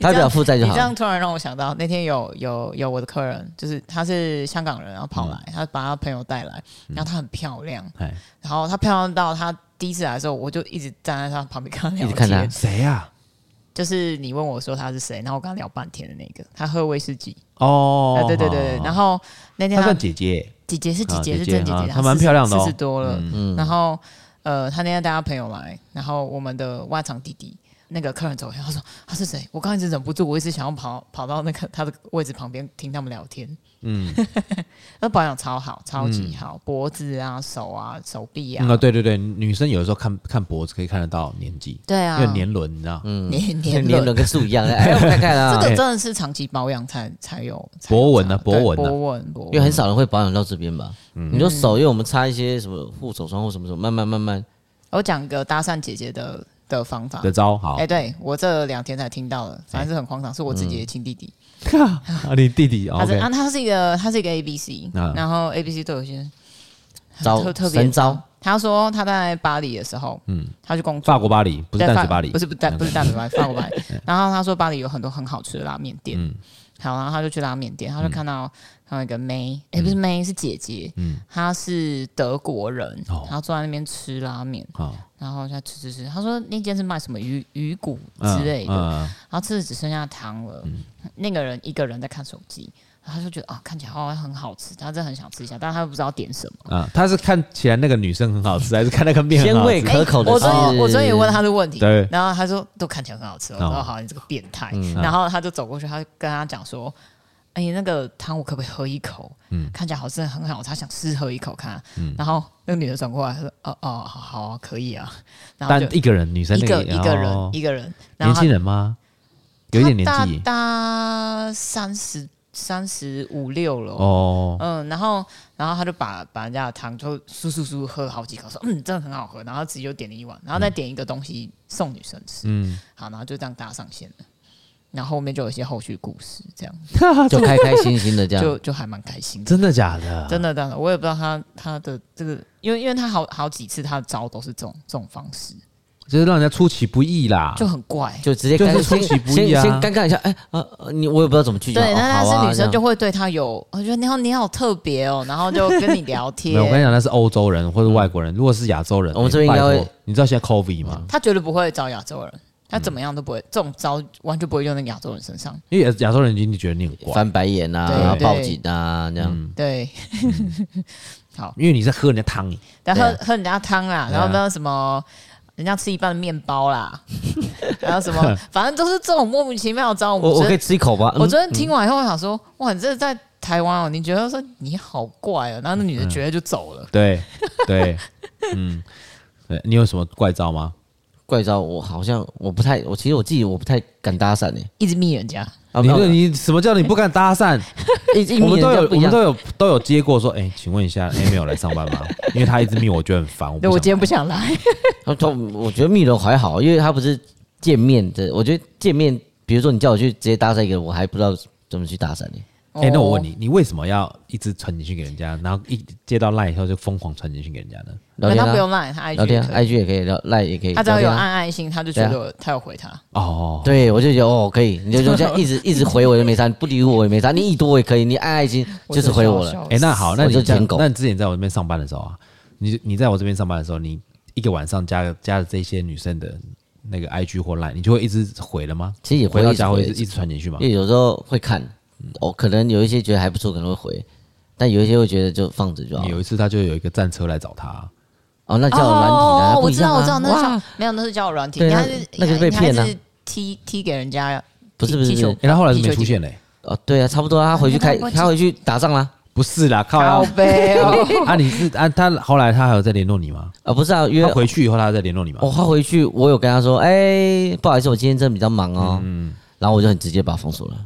B: 他只要负债
C: 你
B: 就好
C: 这。样突然让我想到，那天有有有我的客人，就是他是香港人，然后跑来，他把他朋友带来，然后她很漂亮，
A: 哎，
C: 然后她漂亮到她第一次来的时候，我就一直站在她旁边跟她聊
B: 一直看她
C: 天。
A: 谁啊呀？
C: 就是你问我说她是谁，然后我跟她聊半天的那个，她喝威士忌。
A: 哦
C: 啊，，对对对对。然后那天
A: 他
C: 她
A: 算姐姐，
C: 姐姐是姐
A: 啊
C: 姐
A: 姐
C: 是
A: 姐
C: 真姐
A: 啊
C: 姐，
A: 她蛮漂亮的哦
C: 四十多了。然后呃，她那天带她朋友来，然后我们的外场弟弟。那个客人走下，他说他是谁？我刚一直忍不住，我一直想要跑跑到那个他的位置旁
A: 嗯
C: 边听他们聊天。那保养超好，超级好，脖子啊、手啊、手臂啊，
A: 嗯啊，对对对，女生有的时候看看脖子可以看得到年纪，
C: 对
A: 因
C: 啊，
A: 为年轮你知道，
B: 嗯
C: 年
B: 年
C: 年轮
B: 轮跟树一样，哎，我看看
C: 这
B: 啊，
C: 个真的是长期保养才才有才有
A: 博纹啊
C: 差对
A: 博纹啊
C: 博纹，博
B: 因为
C: 纹。
B: 很少人会保养到这边吧。
A: 嗯
B: 你说手，因为我们擦一些什么护手霜或什么什么，慢慢慢慢，
C: 我讲个搭讪姐姐的的方法
A: 的。招好
C: 哎，。对我这两天才听到的，反正是很荒唐，是我自己的
A: 嗯
C: 亲弟弟。
A: 啊你弟弟
C: 他是
A: OK
C: 啊，他是一个他是一个 A B C，
A: 啊
C: 然后 A B C 都有一些
B: 招
C: 特特别啊
B: 神招。
C: 他说他在巴黎的时候，嗯，他去工作，
A: 法国巴黎不是嗯
C: 对
A: 淡
C: 法
A: 水巴黎， 嗯
C: 不是不是淡不是淡水巴黎，法国巴黎。然后他说巴黎有很多很好吃的拉面店，好，然后他就去拉缅甸，他就看到看到一个妹，哎、不是妹，是姐姐，
A: 嗯
C: 她是德国人，
A: 哦
C: 然后坐在那边吃拉面，
A: 好
C: 然后他吃吃吃，他说那间是卖什么鱼鱼骨之类的，
A: 嗯
C: 然后吃的只剩下汤了，那个人一个人在看手机。然后他就觉得啊，看起来好像很好吃，他真的很想吃一下，但他又不知道点什么。
A: 啊，他是看起来那个女生很 好吃，还是看那个面很
B: 鲜
A: 好
B: 味
C: 哎
A: 吃？
B: 可口的
C: 我
B: 是
C: 终于我终于问他的问题
A: 对，
C: 然后他说都看起来很好吃。我说
A: 哦
C: 哦好，你这个变态
B: 嗯。
C: 然后他就走过去，他就跟他讲说：“哎，那个汤我可不可以喝一口？
A: 嗯
C: 看起来好像很好吃，他想试喝一口看。”然后那个女的转过来她说：“哦哦，好好啊可以啊。”然后
A: 但
C: 就
A: 一个人女生
C: 一
A: 那
C: 个一个
A: 哦
C: 人一个人，
A: 年
C: 然后他
A: 轻人吗？有一点年纪
C: 他大三十三十五六了。
A: 哦，
C: 嗯，然后，然后他就把把人家的汤就簌簌簌喝了好几口，说嗯，真的很好喝，然后自己就点了一碗，然后再点一个东西送女生吃，
A: 嗯，
C: 好，然后就这样搭上线了。然后后面就有一些后续故事，这样
B: 就 开开心心的这样。
C: 就就还蛮开心的，
A: 真的假的？
C: 真的真的，我也不知道他他的这个，因为因为他好好几次他的招都是这种这种方式，
A: 就是让人家出其不意啦。
C: 就很怪。
B: 就直接
A: 就是
B: 尴
A: 出其
B: 先
A: 不意啊
B: 先先尴尬一下，哎啊，呃你我也不知道怎么拒绝。
C: 对，
B: 哦
C: 那
B: 好
C: 但
B: 啊
C: 是女
B: 这
C: 生
B: 样
C: 就会对他有，我觉得你好你好特别哦，然后就跟你聊
A: 没有，我跟
C: 天，
A: 你讲，那是欧洲人或者外国人，如果是亚洲人，
B: 我们
A: 哎
B: 这边应该
A: 拜托
B: 会嗯
A: 你知道现在 COVID 吗？
C: 他绝对不会找亚洲人，他怎么样都不会，这种招完全不会用在亚洲人身上。
A: 因为亚洲人已经觉得你很怪，
B: 翻白眼啊，
C: 对
B: 然后
C: 对
B: 报警啊，
A: 嗯
B: 这样。
C: 对，
A: 因为你在喝人家汤，
B: 对
C: 然后喝
B: 啊
C: 喝人家汤啦，
A: 对啊
C: 然后那什么。人家吃一半的面包啦，然后什么，反正都是这种莫名其妙的招。
B: 我
C: 昨
B: 我可以
C: 天
B: 吃一口吗？嗯
C: 我昨天听完以后，我想说，哇，你这在台湾哦？你觉得说你好怪哦？然后那女的觉得就走
B: 嗯
C: 了，
A: 对对，嗯，对你有什么怪招吗？
B: 怪招，我好像我不太，我其实我自己我不太敢搭讪欸诶。
C: 一直密人家。
B: 啊
A: 你
B: 没有
A: 这你什么叫你不敢搭讪？
B: 一一
A: 我们
B: 米人
A: 都
B: 家
A: 有
B: 不
A: 我们
B: 一样
A: 都有都有接过说，哎，请问一下 a m i 来上班吗？因为他一直密我，我觉得很烦，我
C: 对，我
A: 不
C: 今
A: 想
C: 天不想来。
B: 他他我觉得密龙还好，因为他不是见面的。我觉得见面，比如说你叫我去直接搭讪一个人，我还不知道怎么去搭讪你。
A: 哎、那我问
C: 哦，
A: 你，你为什么要一直传简讯给人家，然后一接到 line 以后就疯狂传简讯给人家呢？
B: 聊
C: 那
B: 天
C: 他不
B: 啊，
C: 用赖，他 IG
B: 聊天啊
C: 也可以
B: ，IG 也可以聊，赖也可以。
C: 他只要
B: 聊
C: 有
B: 天啊
C: 按爱心，他就
B: 对
C: 觉
B: 啊
C: 得他有回他。
A: 哦，
B: 对，我就觉得哦，可以，你就就这样一直一直回我就没差，你不理我也没差，你已读我也可以，你按爱心就是回我了。
A: 哎、那好，那
B: 我
A: 你
B: 就
A: 这样
B: 舔狗
A: 那你之前在我这边上班的时候啊，你你在我这边上班的时候，你一个晚上加加了这些女生的那个 IG 或 line，你就会一直回了吗？
B: 其实也
A: 回
B: 会
A: 到
B: 一直
A: 家会
B: 回
A: 一
B: 一
A: 直
B: 直
A: 一直传简讯吗
B: 因？为有时候会看，哦，可能有一些觉得还不错，可能会回，但有一些会觉得就放着就好
A: 你。有一次他就有一个战车来找他，啊
B: 哦，那叫软体的，
C: 哦
B: 那不
C: 我
B: 一
C: 知道，
B: 样啊
C: 我知道，那是
B: 哇
C: 叫没有，那是叫软体，
B: 对
C: 你还
B: 那
C: 是
B: 那个是被
C: 你还
B: 骗啊
C: 是踢踢给人家，
B: 不是不是
C: 踢
B: 不
C: 球
B: 是，
A: 哎、他后来是没
C: 踢球
A: 出现嘞、
B: 哦，对啊，差不多啊，他回去 开，他回去打仗啦。
A: 不是啦，靠
C: 好
A: 呀、
C: 呗 哦。
A: 啊！你是啊？他后来他还有在联络你吗？
B: 啊，不是啊，约哦
A: 他回去以后他还在联络你吗？
B: 我他回去，我有跟他说，哎，不好意思，我今天真的比较忙哦，
A: 嗯
B: 然后我就很直接把他封锁了。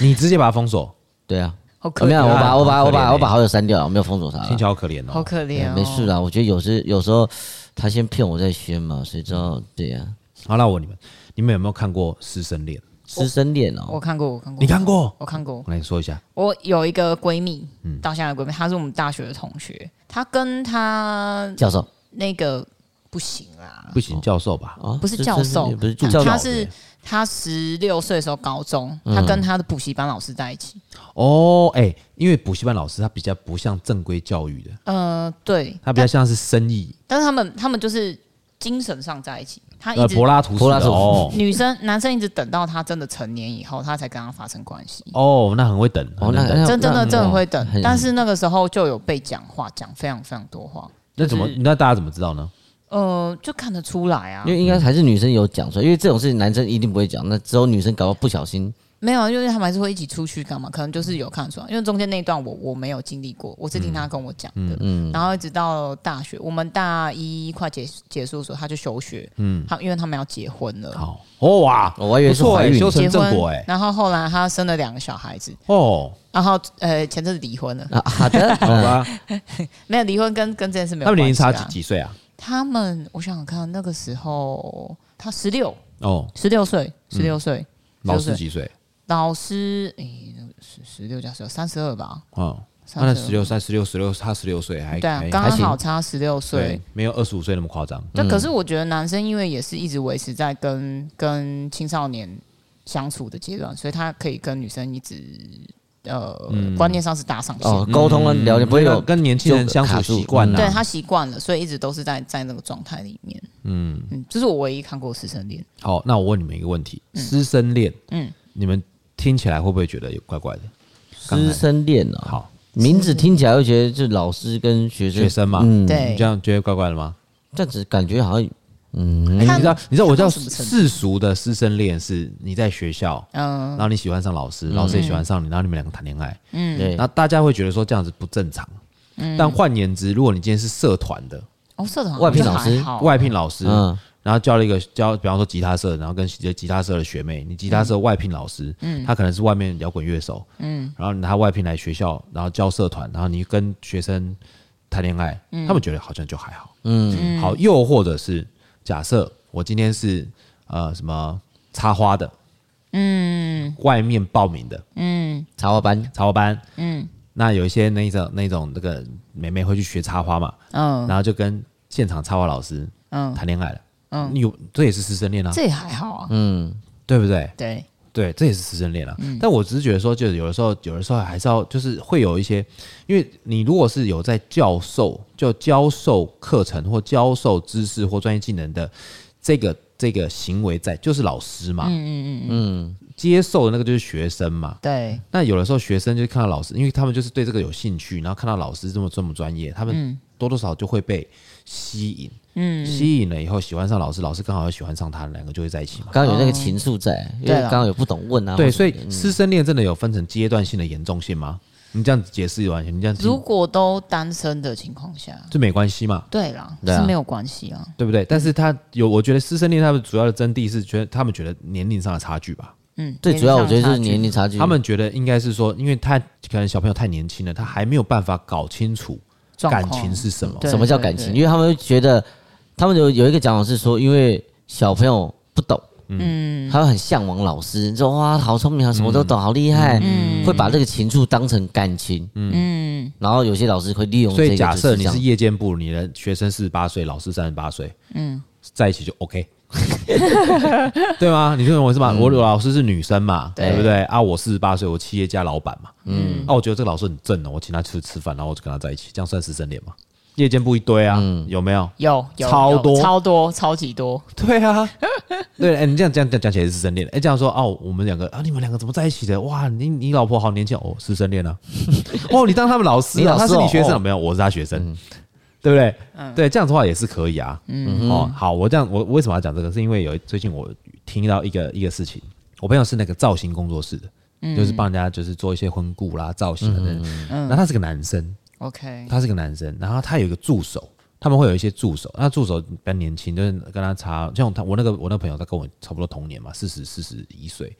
A: 你直接把他封锁，
B: 对啊，
C: 好可
B: 啊没有，我把我把我
A: 好可怜欸
B: 把我把好友删掉了，我没有封锁他
A: 听起。
B: 了
A: 来好可怜
C: 好
A: 哦。
C: 可
B: 对
C: 怜
B: 啊
C: 哦，
B: 没事啦，我觉得有时有时候他先骗我再宣嘛，谁知
A: 嗯
B: 道对啊呀？
A: 好，那我问你们，你们有没有看过师生恋？
B: 师生恋哦，
C: 我看过，我看过，
A: 你看过？
C: 我看过
A: 我。跟你说一
B: 啊
A: 下，
C: 我有一个闺蜜，
B: 嗯
C: 到现在的闺蜜，她是我们大学的同学，她跟她
B: 教授
C: 那个不行啦，
A: 不行，教授吧，
B: 哦，
C: 不是
B: 师
C: 教
B: 生
C: 授嗯
B: 恋不是
A: 助
B: 助教
A: 教
B: 嗯
C: 她
A: 授
C: 是
A: 对
C: 她十六岁的时候高中，她跟她的补习班老师在一起。
A: 哦，哎、因为补习班老师他比较不像正规教育的，
C: 呃，对，
A: 他比较像是生意，
C: 但是他们他们就是精神上在一起，她啊一
A: 呃，
C: 直
A: 柏拉图式的
B: 柏拉图嗯
A: 哦
C: 女生男生一直等到她真的成年以后，她才跟她发生关系。
A: 哦，那很会等，
B: 哦
A: 很
B: 那
A: 能等
B: 那
C: 真真的真的会等
B: 很，
C: 但是那个时候就有被讲话，讲非常非常多话。
A: 那怎么
C: 就是
A: 那大家怎么知道呢？
C: 呃，就看得出来啊
B: 因，为应该还是女生有讲出来，因为这种事情男生一定不会讲，那只有女生搞到不小心
C: 没有，因为他们还是会一起出去干嘛，可能就是有看得出来。因为中间那一段我我没有经历过，我是听他跟我讲
B: 嗯
C: 的。然后一直到大学，我们大一快结结束的时候，他就休学。嗯，他因为他们要结婚了，
A: 好，哦哇，
B: 我还以为是
A: 不错
B: 怀
A: 哎
B: 孕
A: 修成
C: 结
A: 正
C: 婚
A: 果哎，
C: 然后后来他生了两个小孩子，
A: 哦，
C: 然后呃前阵子离婚了，
B: 啊。好的，
A: 好吧，
C: 没有离婚跟跟这件事没
A: 他
C: 有
A: 们年
C: 关
A: 龄
C: 系、啊。
A: 差几几岁啊？
C: 他们我想想看，那个时候他十六，
A: 哦，
C: 十六岁，十六岁，
A: 老
C: 16岁
A: 师几岁？
C: 老师，诶、十十六加十六，三十二吧，
A: 哦，他那
C: 三
A: 十六，三十六，十六，他十六岁还
C: 对啊
A: 哎还，
C: 刚
A: 还
C: 刚
A: 行嗯
C: 好差十六岁
A: 对。，没有二十五岁那么夸张。
C: 那可是我觉得男生因为也是一直维持在跟跟青少年相处的阶段，所以他可以跟女生一直呃、
A: 嗯
C: 观念上是搭上线。
B: 哦，沟通啊，了解不会有
A: 跟年轻人相处习惯啊
B: 嗯
A: 啦。
C: 对他习惯了，所以一直都是在在那个状态里面。嗯嗯，这是我唯一看过师生恋。
A: 好，那我问你们一个问题：师生恋，嗯
C: 嗯，
A: 你们听起来会不会觉得有怪怪的？刚才
B: 师生恋啊。
A: 好，
B: 名字听起来会觉得就是老师跟学生，
A: 学生嘛，
B: 嗯，
A: 你
C: 对
A: 这，样觉得怪怪的吗？
B: 这样子感觉好像
A: 哎你知道，你知道我叫
C: 看到什么程度
A: 世俗的师生恋是你在学校，
C: 嗯、
A: 然后你喜欢上老师，老师也喜欢上你，然后你们两个谈恋爱，
B: 对
A: 那大家会觉得说这样子不正常。
C: 嗯
A: 但换言之，如果你今天是社团的
C: 哦，社团
B: 外聘
C: 好像
B: 老师
C: 还好啊
A: 外聘老师，
B: 嗯
A: 然后教了一个教，比方说吉他社，然后跟吉他社的学妹，你吉他社外聘老师，他可能是外面摇滚乐手，嗯，然后他外聘来学校，然后教社团，然后你跟学生谈恋爱，他们觉得好像就还好，嗯，好，又或者是假设我今天是呃什么插花的，嗯，外面报名的
B: 插花班，
A: 插花班，嗯，那有一些那一种那一种那个妹妹会去学插花嘛，
C: 嗯
A: 然后就跟现场插花老师
C: 嗯，
A: 谈恋爱了。嗯，有这也是师生恋啊，
C: 这也还好啊。嗯，
A: 对不对？
C: 对，
A: 对，这也是师生恋啊。但我只是觉得说，就是有的时候，有的时候还是要，就是会有一些，因为你如果是有在教授，就教授课程或教授知识或专业技能的这个这个行为在，就是老师嘛。嗯嗯嗯嗯，接受的那个就是学生嘛。
C: 对，
A: 那有的时候学生就看到老师，因为他们就是对这个有兴趣，然后看到老师这么这么专业，他
C: 嗯
A: 们多多少少就会被吸引。嗯，吸引了以后喜欢上老师，老师刚好又喜欢上他，两个就会在一起嘛。
B: 刚刚有那个情愫在，因为
C: 对啦
B: 刚刚有不懂问啊，
A: 对，
B: 或什
A: 所
B: 么
A: 以师生恋真的有分成阶段性的严重性吗？你这样子解释完全，你这样
C: 如
A: 子
C: 果都单身的情况下，
A: 就没关系嘛，
C: 对啦，
B: 对啊
C: 是没有关系啊。
A: 对不对？但是他有，我觉得师生恋他们主要的真谛是觉得他们觉得年龄上的差距吧，
C: 嗯，
B: 最主要我觉得
C: 上
B: 是
C: 的差距
B: 年龄差距，
A: 他们觉得应该是说，因为他可能小朋友太年轻了，他还没有办法搞清楚
C: 状
A: 感
C: 况
A: 情是什么。
C: 对
B: 什么叫感
C: 对
B: 情？
C: 对
B: 因为他们会觉得，他们有有一个讲法是说，因为小朋友不懂，嗯，他会很向往老师，说哇，好聪明啊，什么都懂，
A: 嗯
B: 好厉害，会把这个情愫当成感情，嗯，然后有些老师会利用
A: 所
B: 这
A: 以
B: 个，
A: 假
B: 就
A: 设
B: 是
A: 你
B: 这样
A: 是夜间部，你的学生四十八岁，老师三十八岁，嗯，在一起就 OK，对吗？你认为是吗？
B: 嗯
A: 我老师是女生嘛，
C: 对
A: 对不对？啊，我四十八岁，我企业家老板嘛，嗯，啊，我觉得这个老师很正哦，我请他出去吃饭，然后我就跟他在一起，这样算师生恋吗？夜间部一堆啊，
B: 嗯
A: 有没有？
C: 有有
A: 超
C: 有
A: 多
C: 超多超级多，
A: 对啊， 对，哎、你这样这样讲讲起来是师生恋，哎、这样说哦，我们两个啊，你们两个怎么在一起的？哇，你你老婆好年轻哦，师生 恋啊，哦，你当他们老师
B: 你
A: 啊，
B: 老师
A: 他
B: 哦
A: 是你学生、
B: 哦
A: 没有？我是他学生，对不对？对，这样子的话也是可以啊。嗯，哦，好，我这样，我我为什么要讲这个？是因为有最近我听到一个一个事情，我朋友是那个造型工作室的。就是帮人家就是做一些婚顾啦、造型等等。那他是个男生，
C: OK，
A: 他是个男生，然后他有一个助手，他们会有一些助手，那助手比较年轻，就是跟他差，像他我那个我那个朋友，他跟我差不多同年嘛，四十四十一岁，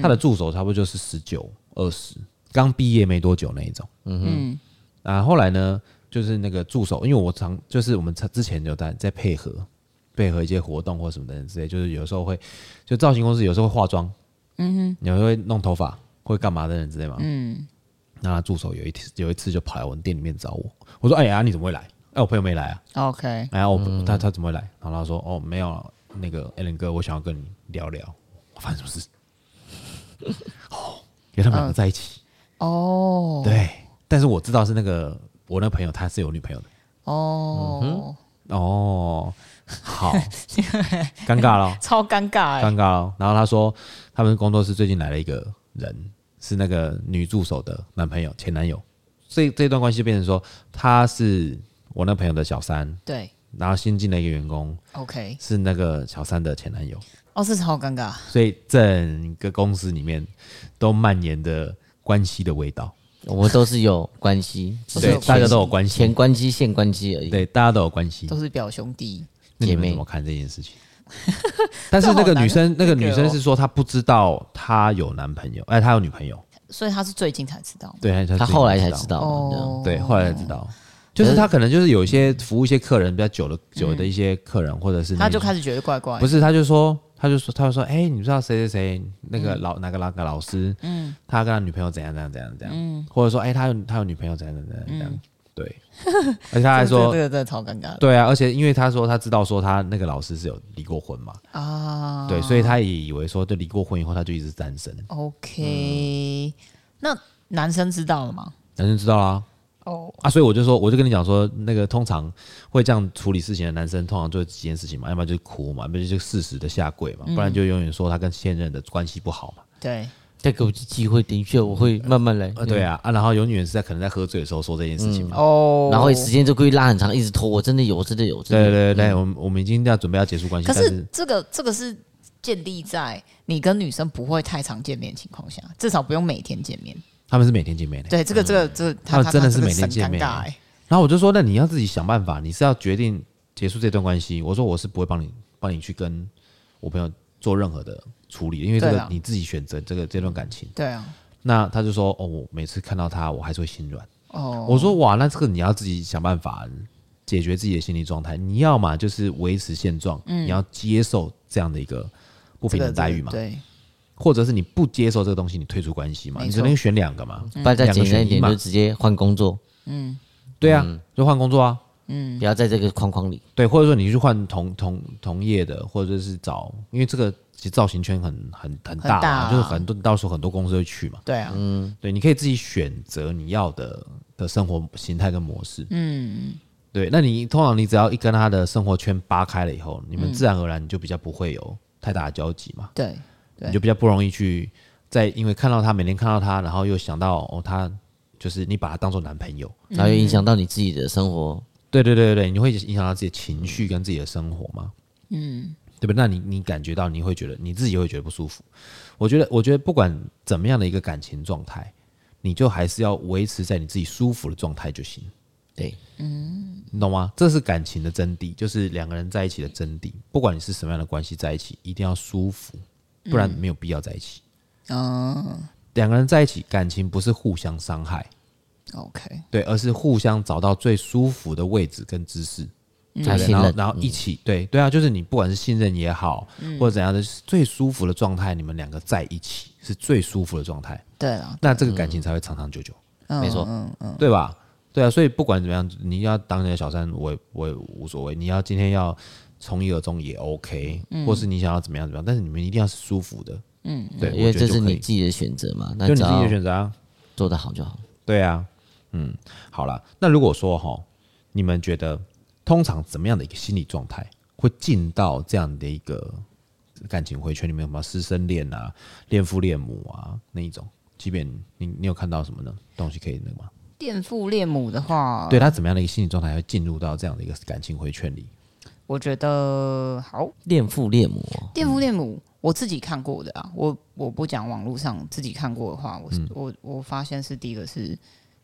A: 他的助手差不多就是十九二十，刚毕业没多久那一种，
C: 嗯
A: 啊，后来呢，就是那个助手，因为我常就是我们之前有在在配合配合一些活动或什么等等之类，就是有时候会就造型公司有时候会化妆，嗯哼，有时候会弄头发，会干嘛等等之类嘛，嗯。那他助手有一次有一次就跑来我们店里面找我，我说：“哎呀，你怎么会来？哎，我朋友没来啊。
C: OK，
A: 哎呀，我、他他怎么会来？”然后他说：“哦，没有啊，那个 a l n 哥，我想要跟你聊聊，我发生什么事？哦，原来他们两个在一起。
C: 哦
A: 对，但是我知道是那个我那个朋友他是有女朋友的。
C: 哦，
A: 哦，好，尴尬了，
C: 超尴尬
A: 尴
C: 哎，
A: 尬了。然后他说，他们工作室最近来了一个人，是那个女助手的男朋友、前男友。这这段关系就变成说，他是我那朋友的小三，
C: 对
A: 然后新进了一个员工
C: ，OK，
A: 是那个小三的前男友，
C: 哦，是超尴尬，
A: 所以整个公司里面都蔓延着关系的味道，
B: 我们都是有关系，只
C: 都是
A: 对
B: 是
C: 有，关
A: 大家都有关系
B: 前，关系、现关系而已。
A: 对，大家都有关系，
C: 都是表兄弟，
A: 那你
B: 嗯姐
A: 们
B: 妹
A: 怎么看这件事情？但是那个
C: 这好难
A: 女生，那个女
C: 这个
A: 生
C: 哦
A: 是说她不知道她有男朋友，哎，她有女朋友，
C: 所以他是最近才知道嘛，
A: 对，她
B: 他后来才知
A: 道，
B: 道嘛，这样
C: 哦，
A: 对，后来才知道，就是她可能就是有一些服务一些客人比较久的久的一些客人，或者是
C: 嗯他就
A: 始
C: 开始觉得怪怪，
A: 不
C: 是
A: 是，她就说，她就说，她就说，哎，你知道谁谁谁那个老哪个哪个老
C: 嗯
A: 师，嗯，他跟他女朋友怎样怎样怎样怎样，或者说，哎，他有他有女朋友怎样怎样怎样怎样，对， 而且他还说
C: 这个这，个真的超尴尬的
A: 对啊，而且因为他说他知道说他那个老师是有离过婚嘛，
C: 啊。
A: 对，所以他也以为说，就离过婚以后他就一直单身。
C: OK，、那男生知道了吗？
A: 男生知道啦
C: 哦，
A: 啊，所以我就说，我就跟你讲说，那个通常会这样处理事情的男生，通常就几件事情嘛，要么就是哭嘛，要么就是适时的下跪
C: 嗯
A: 嘛，不然就永远说他跟现任的关系不好嘛。
C: 对，
B: 再给我一次机会，的确我会慢慢来。
C: 嗯
A: 呃，对啊，啊，然后永远是在可能在喝醉的时候说这件事情嘛。
C: 哦
B: 嗯，然后时间就故意拉很长，一直拖。我真的有，我真的有，真
A: 对
B: 的
A: 对对
B: 有。
A: 对，我们我们已经要准备要结束关系，
C: 嗯可
A: 但
C: 是
A: 是
C: 这个这个是建立在你跟女生不会太常见面的情况下，至少不用每天见面。
A: 他们是每天见面的。
C: 对，这个这个这个
A: 他
C: 他
A: 哦们真的
C: 他
A: 是
C: 这个
A: 每天见面
C: 很尴尬欸
A: 然后我就说，那你要自己想办法，你是要决定结束这段关系。我说我是不会帮你帮你去跟我朋友做任何的处理，因为这
C: 对
A: 个
C: 啊
A: 你自己选择这个这段感情。
C: 对啊，
A: 那他就说，哦，我每次看到他，我还是会心软。
C: 哦，
A: 我说哇，那这个你要自己想办法解决自己的心理状态。你要嘛就是维持现状，你要接受这样的一个不
C: 这
A: 平
C: 个
A: 等待遇嘛，
C: 这个嗯对，
A: 或者是你不接受这个东西，你退出关系嘛，
C: 没
A: 你
C: 错嗯
A: 只能选两个嘛。
B: 不然再简单
A: 两
B: 一
A: 个选一
B: 点，
A: 嘛
B: 就直接换工作，
A: 对啊，就换工作啊，
B: 不要在这个框框里。
A: 对，或者说你去换同同同业的，或者是找，因为这个其实造型圈很很很大嘛，
C: 很大啊
A: 就是很多到时候很多公司会去嘛。
C: 对啊，
A: 对，你可以自己选择你要的的生活形态跟模式。嗯，对。那你通常你只要一跟他的生活圈扒开了以后，你们自然而然你就比较不会有太大的交集嘛，
C: 对对
A: 你就比较不容易去再因为看到他每天看到他，然后又想到哦他就是你把他当做男朋友，
C: 嗯
B: 然后又影响到你自己的生活。
A: 对对对对对，你会影响到自己的情绪跟自己的生活吗？嗯，对不对？那你你感觉到你会觉得你自己会觉得不舒服。我觉得，我觉得不管怎么样的一个感情状态，你就还是要维持在你自己舒服的状态就行，
B: 对，
A: 你懂吗？这是感情的真谛，就是两个人在一起的真谛。不管你是什么样的关系在一起，一定要舒服，不然没有必要在一起。
C: 嗯
A: 两个人在一起，感情不是互相伤害，
C: ，OK，
A: 对，而是互相找到最舒服的位置跟姿势。才
C: 嗯
B: 还
A: 能
B: 信
A: 然后
B: 任嗯
A: 然后一起、对对啊，就是你不管是信任也好，或者怎样的，就是最舒服的状态，你们两个在一起是最舒服的状态，
C: 对啊，
A: 那这个感情才会长长久久，
C: 嗯
B: 没错
C: 嗯嗯，
A: 对吧？对啊，所以不管怎么样，你要当你的小三，我也我也无所谓。你要今天要从一而终也 OK，、或是你想要怎么样怎么样，但是你们一定要是舒服的，嗯，对，
B: 因
A: 我
B: 为
A: 觉得
B: 这
A: 就是可
B: 你
A: 以
B: 自己的选择嘛，那
A: 就你
B: 只
A: 自己
B: 要
A: 的选择啊，
B: 做得好就好。
A: 对啊，嗯，好了，那如果说哈，你们觉得通常怎么样的一个心理状态会进到这样的一个感情回圈里面？有没有师生恋啊、恋父恋母啊那一种？即便你你有看到什么呢东西可以那个吗？
C: 恋父恋母的话，
A: 对他怎么样的一个心理状态会进入到这样的一个感情回圈里？
C: 我觉得好，
B: 恋父恋母哦，
C: 恋父恋母，我自己看过的啊，我我不讲网络上自己看过的话，我、是我我发现是第一个是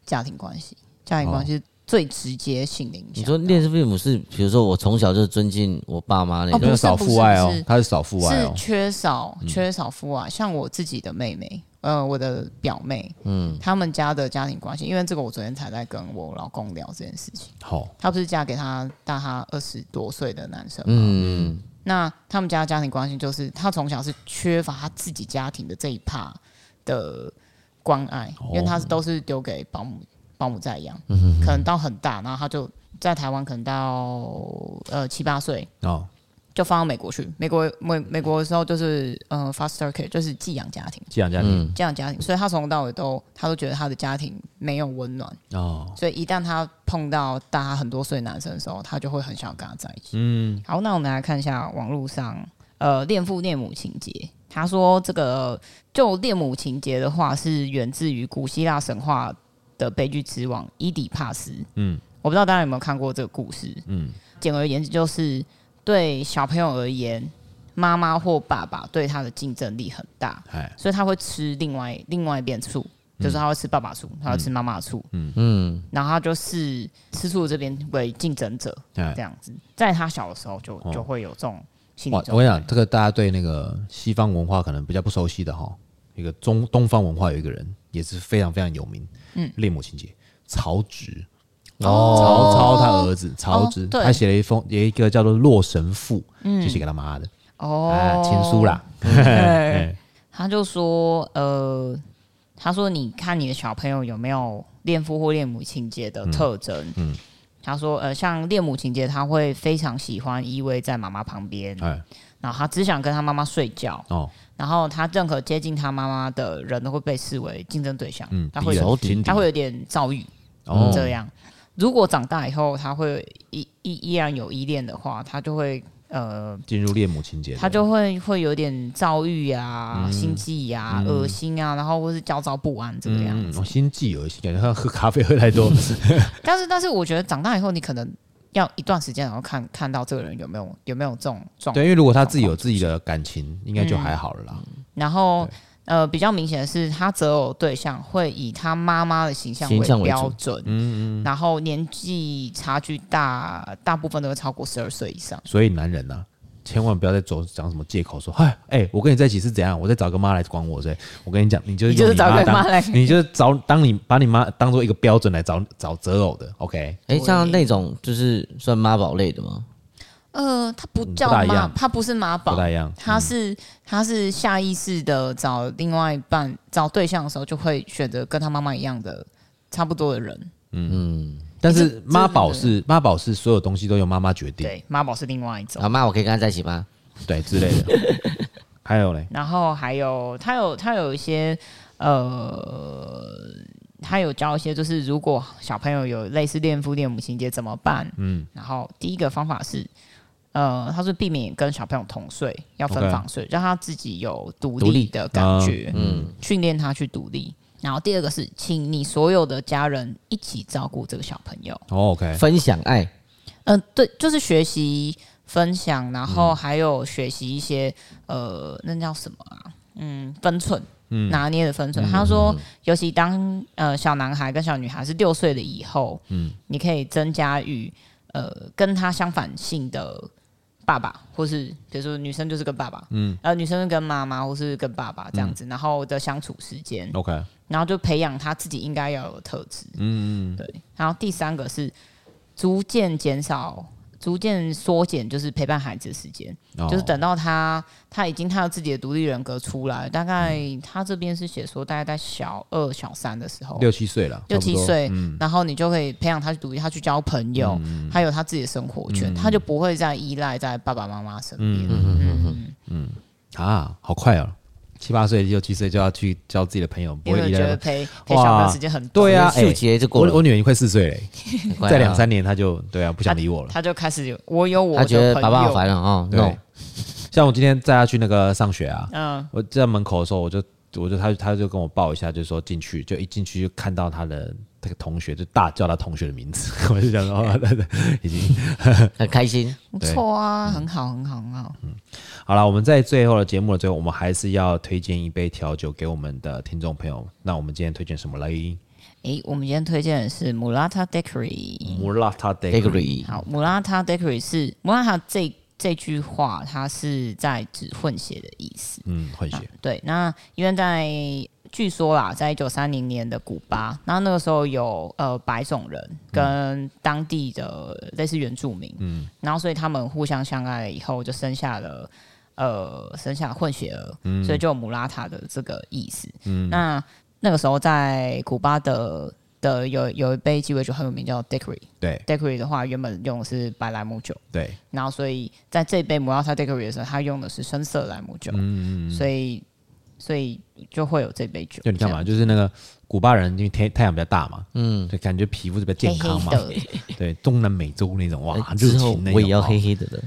C: 家庭关系，家庭关系是最直接性的影响。
B: 你说恋父恋母是，比如说我从小就尊敬我爸妈那
C: 哦不
A: 没有
B: 种，
C: 是
A: 少父爱
C: 不
A: 哦
C: 是，
A: 他是少父爱
C: 是
A: 哦，
C: 缺少缺少父爱，像我自己的妹妹，呃，我的表妹，嗯，他们家的家庭关系，因为这个我昨天才在跟我老公聊这件事情。
A: 好、
C: 她不是嫁给她大她二十多岁的男生，
B: 嗯，
C: 那他们家的家庭关系就是她从小是缺乏她自己家庭的这一趴的关爱，因为她是都是丢给保姆保姆在养，可能到很大，然后她就在台湾可能到呃七八岁，
A: 哦，
C: 就放到美国去。美国美美国的时候就是呃 foster care，就是寄养家庭，
A: 寄养家庭、
C: 寄养家庭，所以他从头到尾都他都觉得他的家庭没有温暖，
A: 哦，
C: 所以一旦他碰到大他很多岁的男生的时候，他就会很想要跟他在一起。
A: 嗯，
C: 好，那我们来看一下网络上呃恋父恋母情节。他说这个就恋母情节的话，是源自于古希腊神话的悲剧之王伊底帕斯。
A: 嗯
C: 嗯，我不知道大家有没有看过这个故事。嗯，简而言之就是对小朋友而言，妈妈或爸爸对他的竞争力很大。
A: 哎，
C: 所以他会吃另外另外一边醋，就是他会吃爸爸醋，他会吃妈妈醋，嗯嗯，然后他就是吃醋这边为竞争者
A: 哎
C: 这样子，在他小的时候就
A: 哦
C: 就会有这种心理
A: 哇
C: 状，态。
A: 我跟你讲，这个大家对那个西方文化可能比较不熟悉的哈，一个中东方文化有一个人也是非常非常有名，嗯，恋母情节，曹植，哦，曹操他儿子曹植，
C: 哦对嗯
A: 他写了一封，有一个叫做《洛神赋》，就写给他妈的，啊，
C: 哦，
A: 情书啦，
C: 他就说，呃，他说你看你的小朋友有没有恋父或恋母情节的特征、嗯。他说，呃，像恋母情节，他会非常喜欢依偎在妈妈旁边，
A: 哎
C: 然后他只想跟他妈妈睡觉，
A: 哦，
C: 然后他任何接近他妈妈的人都会被视为竞争对象，
A: 嗯，
C: 他会
A: 敌人
C: 有
A: 情敌
C: 他会有点躁郁，
A: 哦
C: 这样。如果长大以后他会依依依然有依恋的话，他就会呃，
A: 进入恋母情节的，嗯
C: 他就会会有点躁郁啊、心悸啊、恶心啊，然后或是焦躁不安这个样嗯
A: 嗯，
C: 子。
A: 我心悸恶心，感觉他喝咖啡喝太多，
C: 但是但是我觉得长大以后你可能要一段时间，然后看看到这个人有没有有没有这种状况
A: 对，因为如果他自己有自己的感情，应该就还好了啦。
C: 然后
A: 对
C: 呃，比较明显的是，他择偶对象会以他妈妈的形象
B: 形象为
C: 标
B: 主
C: 准，嗯嗯，然后年纪差距大，大部分都会超过十二岁以上。
A: 所以男人呐、千万不要再走讲什么借口说，哎哎，我跟你在一起是怎样？我再找个妈来管我，所以我跟你讲，你就是
C: 你就是
A: 用
C: 找
A: 妈
C: 个
A: 当
C: 妈来
A: 你就是找当你把你妈当做一个标准来找找择偶的，OK？
B: 哎、
C: 对
B: 像那种就是算妈宝类的吗？
C: 呃，他不
A: 嗯
C: 叫
A: 不大一
C: 妈
A: 样，
C: 他不是妈
A: 不
C: 宝，
A: 太一样，
C: 他是他是下意识的找另外一半找对象的时候，就会选择跟他妈妈一样的差不多的人。
A: 但
C: 这这
A: 是妈
C: 这
A: 宝
C: 个
A: 是妈宝是所有东西都由妈妈决定，
C: 对，妈宝是另外一种。
B: 啊妈，我可以跟他在一起吗？
A: 对之类 的。还有嘞，
C: 然后还有他有他有一些呃，他有教一些，就是如果小朋友有类似恋父恋母情节怎么办？嗯，然后第一个方法是。呃，他是避免跟小朋友同睡，要分
A: OK
C: 房睡让他自己有独
B: 独立
C: 立的感觉，嗯，训练他去独立。然后第二个是，请你所有的家人一起照顾这个小朋友，
A: 哦，OK，
B: 分享爱，
C: 嗯、对，就是学习分享，然后还有学习一些、呃，那叫什么啊？嗯，分寸，拿捏的分寸。他说，尤其当呃小男孩跟小女孩是六岁了以后，嗯，你可以增加与呃跟他相反性的。爸爸，或是比如说女生就是跟爸爸，嗯，呃，女生就跟妈妈，或是跟爸爸这样子，然后的相处时间，
A: OK，
C: 然后就培养他自己应该要有的特质。嗯嗯，对。然后第三个是逐渐减少、逐渐缩减，就是陪伴孩子的时间，
A: 哦
C: 就是等到他他已经他有自己的独立人格出来，大概他这边是写说大概在小二、小三的时候。
A: 六七岁了，
C: 六
A: 差不
C: 七
A: 多，嗯
C: 岁，然后你就可以培养他去独立，他去交朋友，
B: 嗯
C: 他有他自己的生活圈，他就不会再依赖在爸爸妈妈身
A: 嗯
C: 边。
B: 嗯
A: 啊，好快哦，七八岁、六七岁就要去交自己的朋友，不
C: 因为
A: 会
C: 我
A: 依
C: 觉得
A: 赖。
C: 陪陪小朋友时间很多，
A: 对啊，
B: 秀
A: 哎
B: 杰就过
A: 我
B: 了
A: 我女儿已经快四岁嘞，
B: 很快啊
A: 再两，三年她就对啊，不想理我了。
C: 嗯他就开始有我有我
B: 他
C: 的
B: 觉得
C: 朋
B: 爸爸好
C: 友
B: 烦了哦。
A: 对
B: no，，
A: 像我今天载她去那个上学啊，
C: 嗯，
A: 我在门口的时候，我就我就她她就跟我抱一下，就说进去，就一进去就看到她的那个同学，就大叫她同学的名字， 我就想说，哦对 对已经
B: 很开心。
C: 不
A: 对
C: 错啊，
B: 嗯
C: 很好，很好，很好。
A: 好了，我们在最后的节目的最后，我们还是要推荐一杯调酒给我们的听众朋友。那我们今天推荐什么嘞
C: 诶，我们今天推荐的是 Mulata Decory。
A: 嗯？Murata Degree。
B: Bakery，
C: 好，Mulata Decory 是 Mulata 这这句话，它是在指混血的意思。
A: 嗯，混血。
C: 对，那因为在据说啦，在一九三零年的古巴，那那个时候有呃白种人跟当地的类似原住民，嗯，然后所以他们互相相爱了以后，就生下了。呃，生下混血儿，所以就有姆拉塔的这个意思。那那个时候在古巴的的有有一杯鸡尾酒很有名，叫 Daiquiri。
A: 对
C: Daiquiri 的话，原本用的是白莱姆酒，
A: 对，
C: 然后所以在这杯 Murata Daiquiri 的时候，他用的是深色莱姆酒，所以所以就会有这杯酒。
A: 嗯就你看嘛，就是那个古巴人，因为太太阳比较大嘛，嗯，就感觉皮肤是比较
C: 这样，
A: 健康嘛。
C: 黑黑的，
A: 对，中南美洲那种哇，
C: 哎
A: 热
B: 哎之后
A: 情那种。
B: 我也要
A: 哇
B: 黑。黑的了。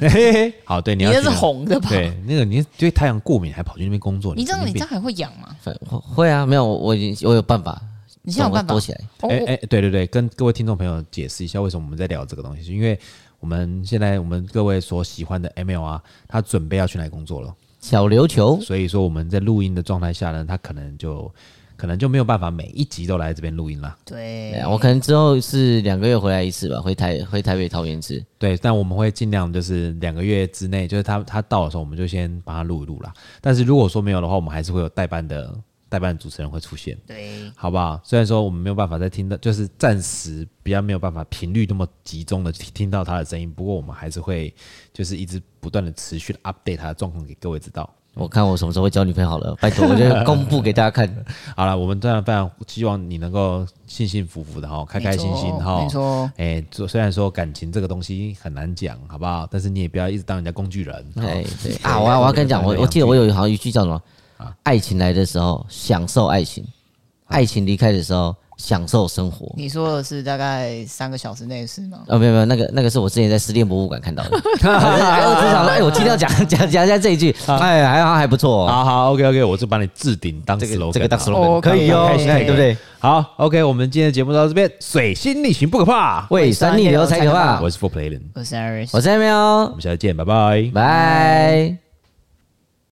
A: 嘿嘿嘿好，对，你
C: 你
A: 要
C: 那
A: 去
C: 是
A: 那。
C: 红的吧？
A: 对，那个你对太阳过敏，还跑去那边工作，
C: 你这样
A: 神
C: 你
A: 经
C: 这
A: 病
C: 样还会痒吗？
B: 反会啊，没有我我已经我有办法，
C: 你现在有办法
B: 躲起来。
C: 哦
A: 哎
C: 我
A: 哎，对对对，跟各位听众朋友解释一下，为什么我们在聊这个东西，是因为我们现在我们各位所喜欢的 ML 啊，他准备要去哪里工作了，
B: 小琉
C: 嗯
B: 球
A: 所以说我们在录音的状态下呢，他可能就可能就没有办法每一集都来这边录音啦。
B: 对
A: 哎
C: 对
B: 啊，我可能之后是两个月回来一次吧，回台回台北桃园吃。
A: 对，但我们会尽量就是两个月之内，就是他他到的时候，我们就先帮他录一录啦。但是如果说没有的话，我们还是会有代班的代班主持人会出现。
C: 对，
A: 好不好？虽然说我们没有办法再听到，就是暂时比较没有办法频率那么集中的听到他的声音，不过我们还是会就是一直不断的持续的 update 他的状况给各位知道。
B: 我看我什么时候会交女朋友好了，拜托，我就公布给大家看。
A: 好了，我们当然非常希望你能够幸幸福福的哈，开开心心哈
C: 没。错，
A: 哎，做虽然说感情这个东西很难讲，好不好？但是你也不要一直当人家工具人。哈
B: 哎，对啊，我要我要跟你讲，我我记得我有好像一句叫什么，爱情来的时候享受爱情，爱情离开的时候享受生活。
C: 你说的是大概三个小时内的事吗？
B: 哦，没有没有，那个那个是我之前在失恋博物馆看到的。 哎，我只想说，哎，我今天要讲 讲讲一下这一句，哎，还好还不错哦。
A: 好好，OK OK，我就把你置顶当 slogan，
B: 这个当
A: 好
B: slogan 可以哦，
A: 可以可以
B: 对不对？
A: 好，OK，我们今天的节目到这边，水星逆行不可怕。
B: 胃酸逆流才可怕啊
A: 啊我。是 For Playen，
C: 我是 Iris，
B: 我是 m 喵
A: 我，们下次见，拜拜。
B: 哦拜。